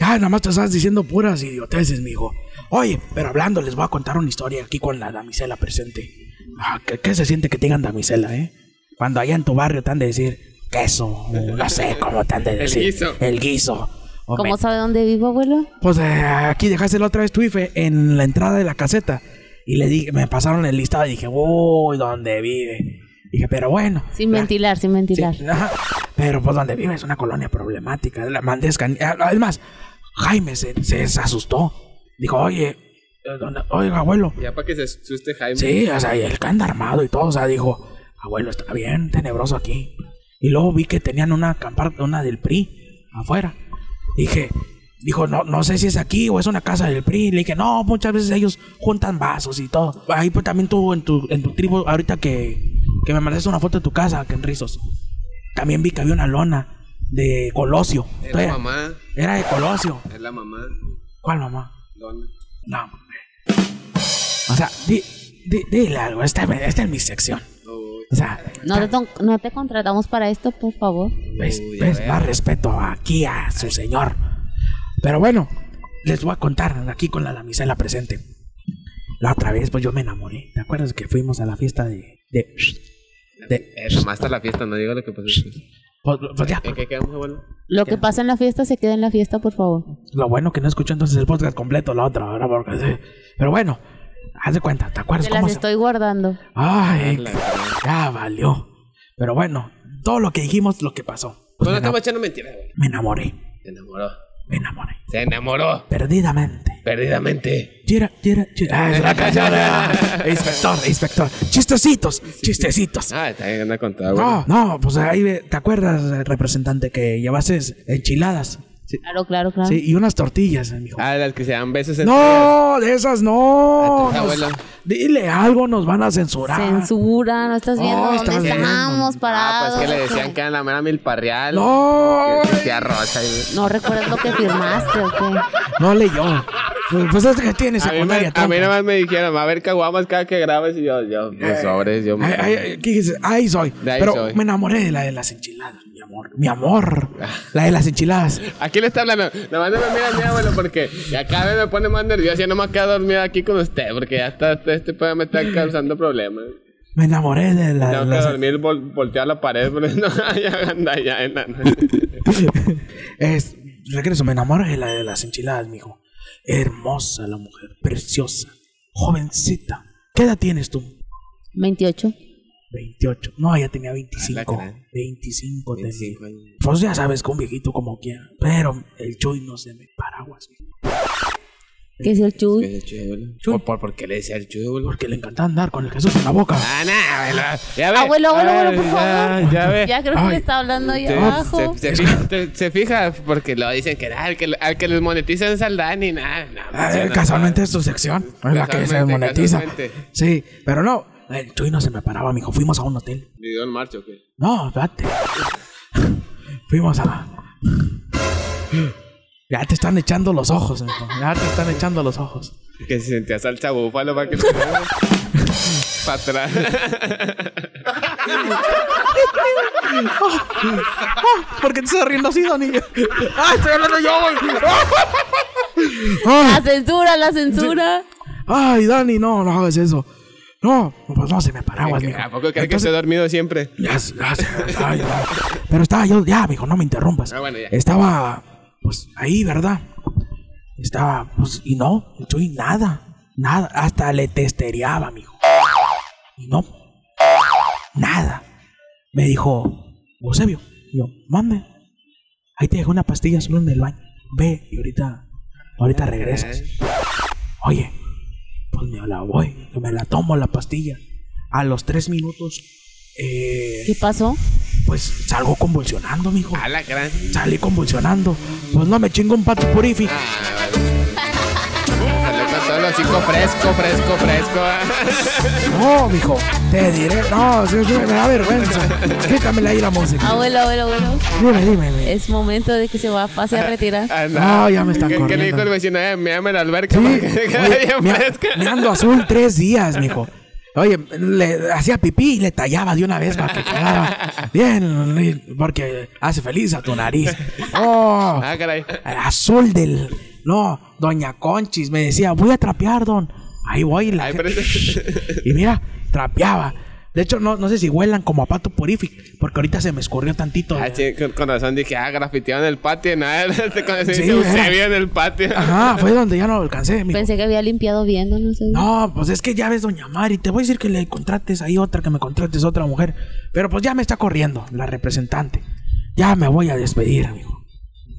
[SPEAKER 6] Ah, nada más te estás diciendo puras idioteces, mijo. Oye, pero hablando, les voy a contar una historia aquí con la damisela presente. Ah, ¿qué, qué se siente que tengan damisela, eh? Cuando allá en tu barrio te han de decir queso, o no sé cómo te han de decir.
[SPEAKER 4] guiso.
[SPEAKER 6] El guiso. O
[SPEAKER 5] ¿Cómo sabe dónde vivo, abuelo?
[SPEAKER 6] pues eh, aquí dejaste la otra vez tu IFE en la entrada de la caseta. Y le dije, me pasaron el listado y dije, uy, ¿dónde vive? Dije, pero bueno.
[SPEAKER 5] Sin
[SPEAKER 6] la-
[SPEAKER 5] ventilar, sin ventilar.
[SPEAKER 6] Sí, ajá. Pero pues donde vive es una colonia problemática. La mandé escan- Además, Jaime se, se asustó. Dijo, oye, eh, ¿dónde- oiga, abuelo.
[SPEAKER 4] Ya para que se asuste Jaime.
[SPEAKER 6] Sí, o sea, y el que anda armado y todo, o sea, dijo, abuelo, está bien tenebroso aquí. Y luego vi que tenían una acampada, una del PRI afuera. Dije, dijo, no, no sé si es aquí o es una casa del PRI. Le dije, no, muchas veces ellos juntan vasos y todo. Ahí pues también tú en tu, en tu tribu, ahorita que, que me mandaste una foto de tu casa, que en Rizos, también vi que había una lona de Colosio.
[SPEAKER 4] Es la
[SPEAKER 6] Todavía-
[SPEAKER 4] mamá,
[SPEAKER 6] Era de Colosio.
[SPEAKER 4] es la mamá.
[SPEAKER 6] ¿Cuál mamá?
[SPEAKER 4] Dona.
[SPEAKER 6] No, hombre. O sea, di, di- dile algo. Esta, esta es mi sección.
[SPEAKER 4] Uy,
[SPEAKER 6] O sea,
[SPEAKER 5] No te, ton- no te contratamos para esto, por favor.
[SPEAKER 6] ves,
[SPEAKER 4] uy,
[SPEAKER 6] ves,
[SPEAKER 4] a ver.
[SPEAKER 6] más respeto aquí a su señor. Pero bueno, les voy a contar aquí con la damisela presente. La otra vez, pues yo me enamoré. ¿Te acuerdas que fuimos a la fiesta de. de, de-
[SPEAKER 4] Eh, nomás está la fiesta, no digo lo que pasó.
[SPEAKER 6] pues, pues ya,
[SPEAKER 4] ¿En qué quedamos, abuelo?
[SPEAKER 6] Pues
[SPEAKER 5] Lo que pasa en la fiesta se queda en la fiesta, por favor.
[SPEAKER 6] lo bueno que no escuchó entonces el podcast completo, la otra, ahora porque sí. Pero bueno, haz de cuenta, ¿te acuerdas
[SPEAKER 5] Te las
[SPEAKER 6] cómo se-
[SPEAKER 5] estoy guardando.
[SPEAKER 6] Ay,
[SPEAKER 4] La-
[SPEAKER 6] ya valió. Pero bueno, todo lo que dijimos, lo que pasó. Pues
[SPEAKER 4] Bueno,
[SPEAKER 6] me,
[SPEAKER 4] estamos
[SPEAKER 6] enam-
[SPEAKER 4] echando mentiras, abuelo.
[SPEAKER 6] me enamoré,
[SPEAKER 4] Se enamoró.
[SPEAKER 6] me enamoré.
[SPEAKER 4] Se enamoró.
[SPEAKER 6] Perdidamente.
[SPEAKER 4] Perdidamente.
[SPEAKER 6] Chira, chira, chira. Ah, es la canción, ah. inspector, inspector. Chistecitos, chistecitos.
[SPEAKER 4] Ah, está bien, anda con todo, abuelo.
[SPEAKER 6] No, no, pues ahí ve- te acuerdas, eh, representante, que llevases enchiladas. Sí,
[SPEAKER 5] Claro, claro, claro.
[SPEAKER 6] sí, y unas tortillas, mijo.
[SPEAKER 4] Ah, las que se dan besos en
[SPEAKER 6] No, de esas no.
[SPEAKER 4] Atenta,
[SPEAKER 6] Nos-
[SPEAKER 4] abuelo.
[SPEAKER 6] dile algo, nos van a censurar.
[SPEAKER 5] Censura, no estás viendo
[SPEAKER 6] Ah. Oh,
[SPEAKER 5] dónde
[SPEAKER 6] estás viendo.
[SPEAKER 5] estamos
[SPEAKER 4] Ah,
[SPEAKER 5] parados.
[SPEAKER 4] pues que le decían que era la mera milparreal.
[SPEAKER 6] No.
[SPEAKER 4] Que se arrocha.
[SPEAKER 5] No recuerdas lo que firmaste, ¿o qué?
[SPEAKER 6] No leyó. Pues, pues es que tiene
[SPEAKER 4] A mí, me-
[SPEAKER 6] secundaria.
[SPEAKER 4] a mí
[SPEAKER 6] tonto.
[SPEAKER 4] nomás me dijeron, va a ver caguamas cada que grabes y yo, yo, pues sobres, yo.
[SPEAKER 6] Eh. Ay, ay, ay, ¿qué dices? Ahí soy.
[SPEAKER 4] De ahí
[SPEAKER 6] Pero
[SPEAKER 4] soy.
[SPEAKER 6] me enamoré de la de las enchiladas, mi amor. Mi amor. La de las enchiladas.
[SPEAKER 4] Aquí le está hablando. Nomás no me mira a mi abuelo porque ya cada vez me pone más nervioso. Ya no me quedo dormida aquí con usted porque ya está, este programa me está causando problemas.
[SPEAKER 6] Me enamoré de la.
[SPEAKER 4] Tengo que
[SPEAKER 6] las-
[SPEAKER 4] dormir, vol- voltear la pared, pero no, ya anda, ya enano.
[SPEAKER 6] es, regreso, me enamoré de la de las enchiladas, mijo. Hermosa la mujer, preciosa, jovencita. ¿Qué edad tienes tú?
[SPEAKER 5] 28.
[SPEAKER 6] 28. No, ella tenía
[SPEAKER 4] Ah, la
[SPEAKER 6] 25.
[SPEAKER 4] gran.
[SPEAKER 6] 25 tenía.
[SPEAKER 4] 25 años.
[SPEAKER 6] Pues ya sabes que un viejito como quiera. Pero el Chuy no se me paraguas.
[SPEAKER 5] Que es el
[SPEAKER 4] ¿Qué
[SPEAKER 5] chuy.
[SPEAKER 4] es el chuy, abuelo?
[SPEAKER 6] Chuy.
[SPEAKER 4] ¿Por, por, por qué le decía el chuy, abuelo?
[SPEAKER 6] Porque le encanta andar con el Jesús en la boca.
[SPEAKER 4] Ah, nah, abuelo. Ya ve.
[SPEAKER 5] Abuelo, abuelo,
[SPEAKER 4] Ah,
[SPEAKER 5] abuelo, por
[SPEAKER 4] Ya,
[SPEAKER 5] favor.
[SPEAKER 4] ya ve.
[SPEAKER 5] Ya creo que
[SPEAKER 6] Eh. Ay.
[SPEAKER 5] le está hablando ahí
[SPEAKER 4] Se-
[SPEAKER 5] abajo.
[SPEAKER 4] Se, se fija, te- se fija porque lo dicen que ah, al que, al que les monetizan es al Dani, nada. nada,
[SPEAKER 6] Ah,
[SPEAKER 4] eso
[SPEAKER 6] eh,
[SPEAKER 4] no.
[SPEAKER 6] casualmente es tu sección. Es la que se
[SPEAKER 4] Casualmente,
[SPEAKER 6] monetiza.
[SPEAKER 4] casualmente.
[SPEAKER 6] Sí, pero no. El Chuy no se me paraba, mijo. Fuimos a un hotel.
[SPEAKER 4] ¿Le dio en marcha o qué?
[SPEAKER 6] No, espérate. Fuimos a. Ya te están echando los ojos, mijo. Ya te están echando los ojos.
[SPEAKER 4] Que se sentía salsa búfalo para que lo Para atrás.
[SPEAKER 6] ¿Por qué te estás riendo así, Donillo? ¡Ah, estoy hablando yo, güey!
[SPEAKER 5] La censura, la censura.
[SPEAKER 6] ¡Ay, Dani, no, no hagas eso! No, pues no se me paraguas, mijo.
[SPEAKER 4] ¿A poco crees que
[SPEAKER 6] Entonces-
[SPEAKER 4] estoy dormido siempre?
[SPEAKER 6] Ya, se- ya se- ay, no. Pero estaba yo, ya, mijo, no me interrumpas.
[SPEAKER 4] Ah, bueno, ya.
[SPEAKER 6] Estaba, pues, ahí, ¿verdad? Estaba, pues, y no, el Chuy nada, nada. Hasta le testereaba, mijo. Y no, nada. Me dijo, Eusebio, y yo, mande. Ahí te dejé una pastilla solo en el baño. Ve, y ahorita, ahorita regresas. Oye, pues me la voy, que me la tomo la pastilla. A los tres minutos, eh,
[SPEAKER 5] ¿Qué pasó?
[SPEAKER 6] pues salgo convulsionando, mijo.
[SPEAKER 4] A la gran.
[SPEAKER 6] Salí convulsionando. Pues no me chingo un pato purifi.
[SPEAKER 4] Ah, Salió con todos los cinco fresco, fresco, fresco.
[SPEAKER 6] No, mijo, te diré. No, sí, sí, me da vergüenza. Quítame ahí la música.
[SPEAKER 5] Abuelo, abuelo, abuelo.
[SPEAKER 6] Dime, dime, dime.
[SPEAKER 5] Es momento de que se va pase a retirar.
[SPEAKER 4] Ah,
[SPEAKER 6] No, ya me están
[SPEAKER 4] ¿Qué, ¿Qué le dijo
[SPEAKER 6] corriendo.
[SPEAKER 4] el vecino? Eh, me llama la alberca
[SPEAKER 6] Sí,
[SPEAKER 4] para que quede
[SPEAKER 6] oye,
[SPEAKER 4] bien
[SPEAKER 6] me,
[SPEAKER 4] fresca.
[SPEAKER 6] me ando azul tres días, mijo. Oye, le hacía pipí y le tallaba de una vez para que quedara bien, porque hace feliz a tu nariz. Oh,
[SPEAKER 4] Ah, caray.
[SPEAKER 6] azul del. No, doña Conchis me decía, voy a trapear, don. Ahí voy. La
[SPEAKER 4] Ay,
[SPEAKER 6] gente-
[SPEAKER 4] pero es-
[SPEAKER 6] Y mira, trapeaba. De hecho, no, no sé si huelan como a pato purific, porque ahorita se me escurrió tantito.
[SPEAKER 4] Ah, sí, con, con razón dije, ah, grafitearon el patio. Nada, cuando se
[SPEAKER 6] Sí,
[SPEAKER 4] dice
[SPEAKER 6] era.
[SPEAKER 4] Eusebio en el patio.
[SPEAKER 6] Ajá, fue donde ya no alcancé. mijo.
[SPEAKER 5] Pensé que había limpiado bien, no, no sé.
[SPEAKER 6] No, pues es que ya ves, doña Mari, te voy a decir que le contrates ahí otra, que me contrates otra mujer. Pero pues ya me está corriendo la representante. Ya me voy a despedir, amigo.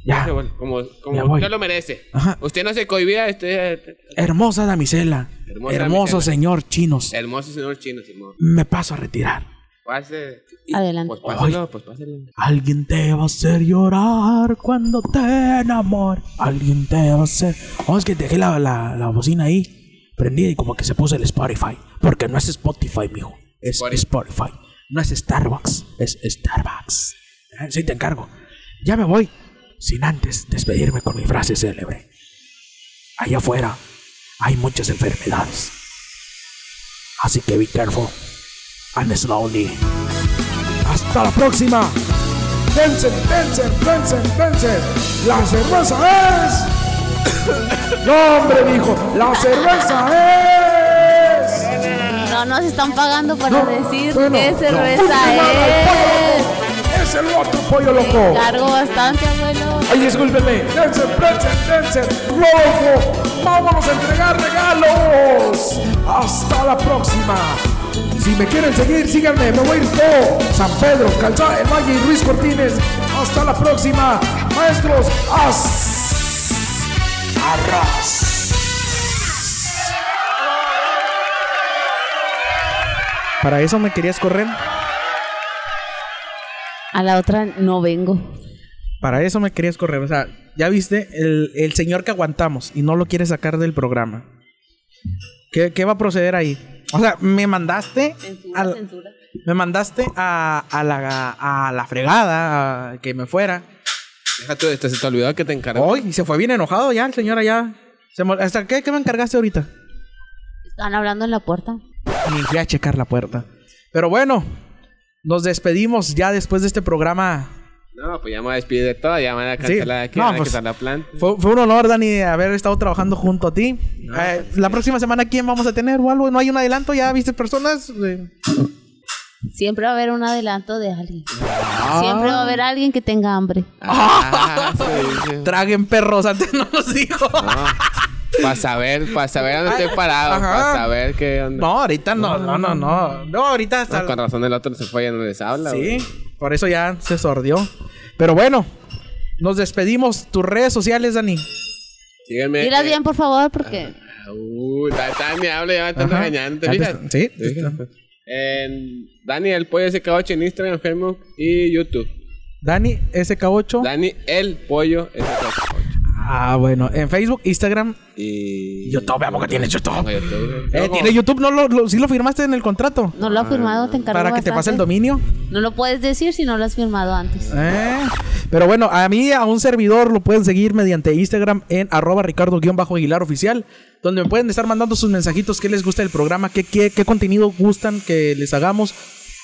[SPEAKER 6] Ya.
[SPEAKER 4] Ah, bueno, Como,
[SPEAKER 6] Ya
[SPEAKER 4] como
[SPEAKER 6] voy.
[SPEAKER 4] usted lo merece.
[SPEAKER 6] Ajá.
[SPEAKER 4] Usted no se cohibía, este, usted
[SPEAKER 6] Hermosa damisela.
[SPEAKER 4] Hermosa
[SPEAKER 6] hermoso
[SPEAKER 4] damisela. Eh.
[SPEAKER 6] señor chinos.
[SPEAKER 4] hermoso señor chino, Simón.
[SPEAKER 6] Me paso a retirar.
[SPEAKER 4] Pase.
[SPEAKER 5] Adelante.
[SPEAKER 4] Pues páselo, pues páselo.
[SPEAKER 6] Alguien te va a hacer llorar cuando te enamores. Alguien te va a hacer. Vamos, es que dejé la, la, la bocina ahí prendida y como que se puso el Spotify. Porque no es Spotify, mijo. Es
[SPEAKER 4] Spotify.
[SPEAKER 6] Spotify. No es Starbucks. Es Starbucks. Eh, Sí, te encargo. Ya me voy. Sin antes despedirme con mi frase célebre. Allá afuera hay muchas enfermedades. Así que be careful. And slowly. Hasta la próxima. Pensen, pensen, pensen, pensen. La cerveza es. No, hombre, mijo. La cerveza es.
[SPEAKER 5] No nos están pagando para
[SPEAKER 6] No,
[SPEAKER 5] decir
[SPEAKER 6] bueno,
[SPEAKER 5] qué
[SPEAKER 6] no.
[SPEAKER 5] cerveza es.
[SPEAKER 6] Es el otro pollo loco.
[SPEAKER 5] Cargo bastante, abuelo.
[SPEAKER 6] Ay, discúlpeme. Dense, dense, dense. Rojo. Vámonos a entregar regalos. Hasta la próxima. Si me quieren seguir, síganme. Me voy a ir todo. San Pedro, Calzada, El Valle y Luis Cortines. Hasta la próxima. Maestros, as. ¿Para eso me querías correr?
[SPEAKER 5] A la otra no vengo.
[SPEAKER 6] Para eso me querías correr. O sea, ya viste el, el señor que aguantamos y no lo quiere sacar del programa. ¿Qué, qué va a proceder ahí? O sea, me mandaste.
[SPEAKER 5] Censura,
[SPEAKER 6] al-
[SPEAKER 5] censura.
[SPEAKER 6] me mandaste a, a la, a la fregada, a que me fuera.
[SPEAKER 4] Deja tú, esto, se te olvidó que te encargó.
[SPEAKER 6] Hoy y se fue bien enojado ya el señor allá. Se mol- hasta, ¿qué, qué me encargaste ahorita?
[SPEAKER 5] Están hablando en la puerta.
[SPEAKER 6] Ni fui a checar la puerta. Pero bueno, nos despedimos ya después de este programa
[SPEAKER 4] No, pues ya me despide de todo, ya me van a
[SPEAKER 6] Sí.
[SPEAKER 4] cancelar aquí,
[SPEAKER 6] No,
[SPEAKER 4] van a
[SPEAKER 6] pues-
[SPEAKER 4] quitar la planta.
[SPEAKER 6] Fue, fue un honor, Dani, haber estado trabajando junto a ti. Eh, la próxima semana, ¿quién vamos a tener o algo? ¿No hay un adelanto? ¿Ya viste personas? Eh,
[SPEAKER 5] Siempre va a haber un adelanto de alguien.
[SPEAKER 6] Ah.
[SPEAKER 5] Siempre va a haber alguien que tenga hambre.
[SPEAKER 4] Ah, sí, sí.
[SPEAKER 6] traguen perros, antes no nos dijo.
[SPEAKER 4] No. Para saber, para saber dónde estoy parado.
[SPEAKER 6] Ajá.
[SPEAKER 4] Para saber qué onda.
[SPEAKER 6] No, ahorita no, no, no, no. No, ahorita
[SPEAKER 4] Ah,
[SPEAKER 6] está.
[SPEAKER 4] con razón el otro se fue y no les habla.
[SPEAKER 6] Sí,
[SPEAKER 4] güey.
[SPEAKER 6] por eso ya se sordió. Pero bueno, nos despedimos. Tus redes sociales, Dani.
[SPEAKER 4] Sígueme.
[SPEAKER 5] Dilas
[SPEAKER 4] eh,
[SPEAKER 5] bien, por favor, porque
[SPEAKER 4] Uh, ta- ta- ni habla, ya me están
[SPEAKER 6] Ajá.
[SPEAKER 4] regañando. ¿Te
[SPEAKER 6] Ya te-
[SPEAKER 4] fijas? ¿Te
[SPEAKER 6] sí, te-
[SPEAKER 4] fijas? En Daniel Pollo SK8 en Instagram, Facebook y YouTube.
[SPEAKER 6] Dani SK8.
[SPEAKER 4] Dani El Pollo SK8.
[SPEAKER 6] Ah, bueno. En Facebook, Instagram.
[SPEAKER 4] Y.
[SPEAKER 6] YouTube, ¿a poco tiene
[SPEAKER 4] Tengo
[SPEAKER 6] YouTube?
[SPEAKER 4] YouTube.
[SPEAKER 6] Eh,
[SPEAKER 4] Tengo-
[SPEAKER 6] tiene YouTube, ¿no lo, lo- sí lo firmaste en el contrato?
[SPEAKER 5] no lo ha firmado, te encargo
[SPEAKER 6] Ah. Para que te pase
[SPEAKER 5] bastante.
[SPEAKER 6] el dominio.
[SPEAKER 5] No lo puedes decir si no lo has firmado antes.
[SPEAKER 6] Eh, Pero bueno, a mí, a un servidor, lo pueden seguir mediante Instagram en arroba ricardo-aguilar oficial, donde me pueden estar mandando sus mensajitos, qué les gusta del programa, qué, qué, qué contenido gustan que les hagamos.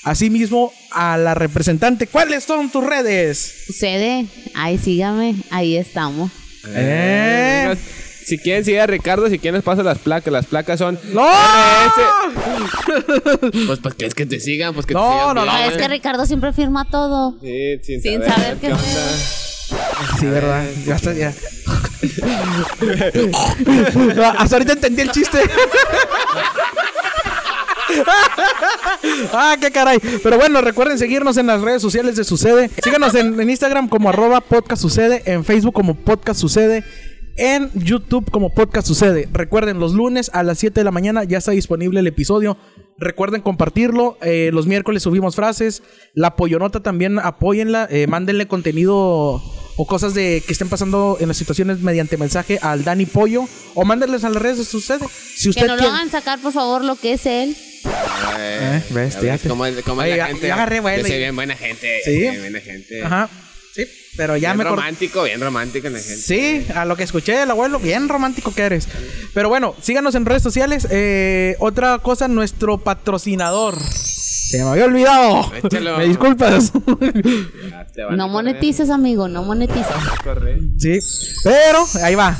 [SPEAKER 6] Asimismo, a la representante, ¿cuáles son tus redes?
[SPEAKER 5] Sucede, ahí sígame, ahí estamos.
[SPEAKER 6] Eh.
[SPEAKER 4] Venga, Si quieren, sigue a Ricardo. Si quieren, les paso las placas. Las placas son.
[SPEAKER 6] ¡No!
[SPEAKER 4] Pues, pues que es que te sigan. Pues que
[SPEAKER 6] No,
[SPEAKER 4] te sigan.
[SPEAKER 6] no, no,
[SPEAKER 4] bien.
[SPEAKER 5] Ah, Es que Ricardo siempre firma todo.
[SPEAKER 4] Sí, sin,
[SPEAKER 5] Sin
[SPEAKER 4] saber,
[SPEAKER 5] saber
[SPEAKER 4] qué
[SPEAKER 5] qué
[SPEAKER 4] onda.
[SPEAKER 6] Sí, verdad. Ya está, ya. Hasta ahorita entendí el chiste. ah, qué caray. Pero bueno, recuerden seguirnos en las redes sociales de Sucede. Síganos en, en Instagram como arroba podcast sucede, en Facebook como podcast sucede. En YouTube como podcast sucede. Recuerden, los lunes a las 7 de la mañana ya está disponible el episodio. Recuerden compartirlo. eh, los miércoles subimos frases. La pollonota también apóyenla. eh, mándenle contenido o cosas de que estén pasando en las situaciones mediante mensaje al Dani Pollo. O mándenles a las redes de sucede. Si usted
[SPEAKER 5] Que no lo
[SPEAKER 6] quiere-
[SPEAKER 5] hagan sacar, por favor, lo que es él.
[SPEAKER 4] Eh,
[SPEAKER 6] Eh, ves,
[SPEAKER 4] ya
[SPEAKER 6] ya
[SPEAKER 4] ves
[SPEAKER 6] te-
[SPEAKER 4] cómo es- cómo es la
[SPEAKER 6] Oye, ya-
[SPEAKER 4] gente.
[SPEAKER 6] ya agarré vuelo
[SPEAKER 4] Yo soy
[SPEAKER 6] y-
[SPEAKER 4] bien buena gente.
[SPEAKER 6] Sí.
[SPEAKER 4] bien buena gente.
[SPEAKER 6] Ajá. Sí, pero ya
[SPEAKER 4] bien
[SPEAKER 6] me cor-
[SPEAKER 4] romántico, bien romántico la gente.
[SPEAKER 6] Sí, a lo que escuché del abuelo, bien romántico que eres. Pero bueno, síganos en redes sociales. Eh, otra cosa, nuestro patrocinador. Se me había olvidado.
[SPEAKER 4] Échalo.
[SPEAKER 6] Me disculpas.
[SPEAKER 4] Ah, te van a
[SPEAKER 5] No
[SPEAKER 4] correr.
[SPEAKER 5] monetizas, amigo, no monetizas.
[SPEAKER 4] Correr.
[SPEAKER 6] sí, pero ahí va.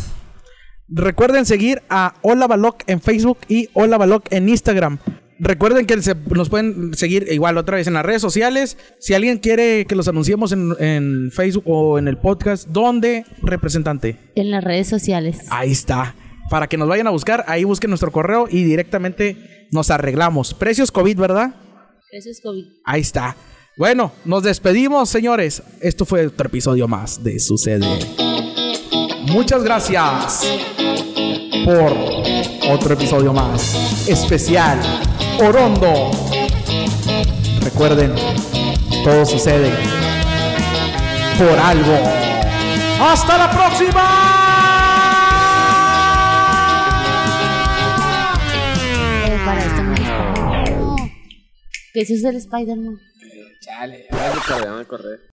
[SPEAKER 6] Recuerden seguir a Hola Baloc en Facebook y Hola Baloc en Instagram. Recuerden que se- nos pueden seguir igual otra vez en las redes sociales. Si alguien quiere que los anunciemos en, en Facebook o en el podcast, ¿dónde, representante?
[SPEAKER 5] En las redes sociales.
[SPEAKER 6] Ahí está. Para que nos vayan a buscar, ahí busquen nuestro correo y directamente nos arreglamos. Precios COVID, ¿verdad?
[SPEAKER 5] Eso es COVID.
[SPEAKER 6] Ahí está. Bueno, nos despedimos, señores. Esto fue otro episodio más de Sucede. Muchas gracias por otro episodio más especial. Orondo. Recuerden, todo sucede por algo. ¡Hasta la próxima!
[SPEAKER 5] Eh, para esto me gusta. No. Que eso es el Spider-Man.
[SPEAKER 4] Chale, ya ves, te van a correr.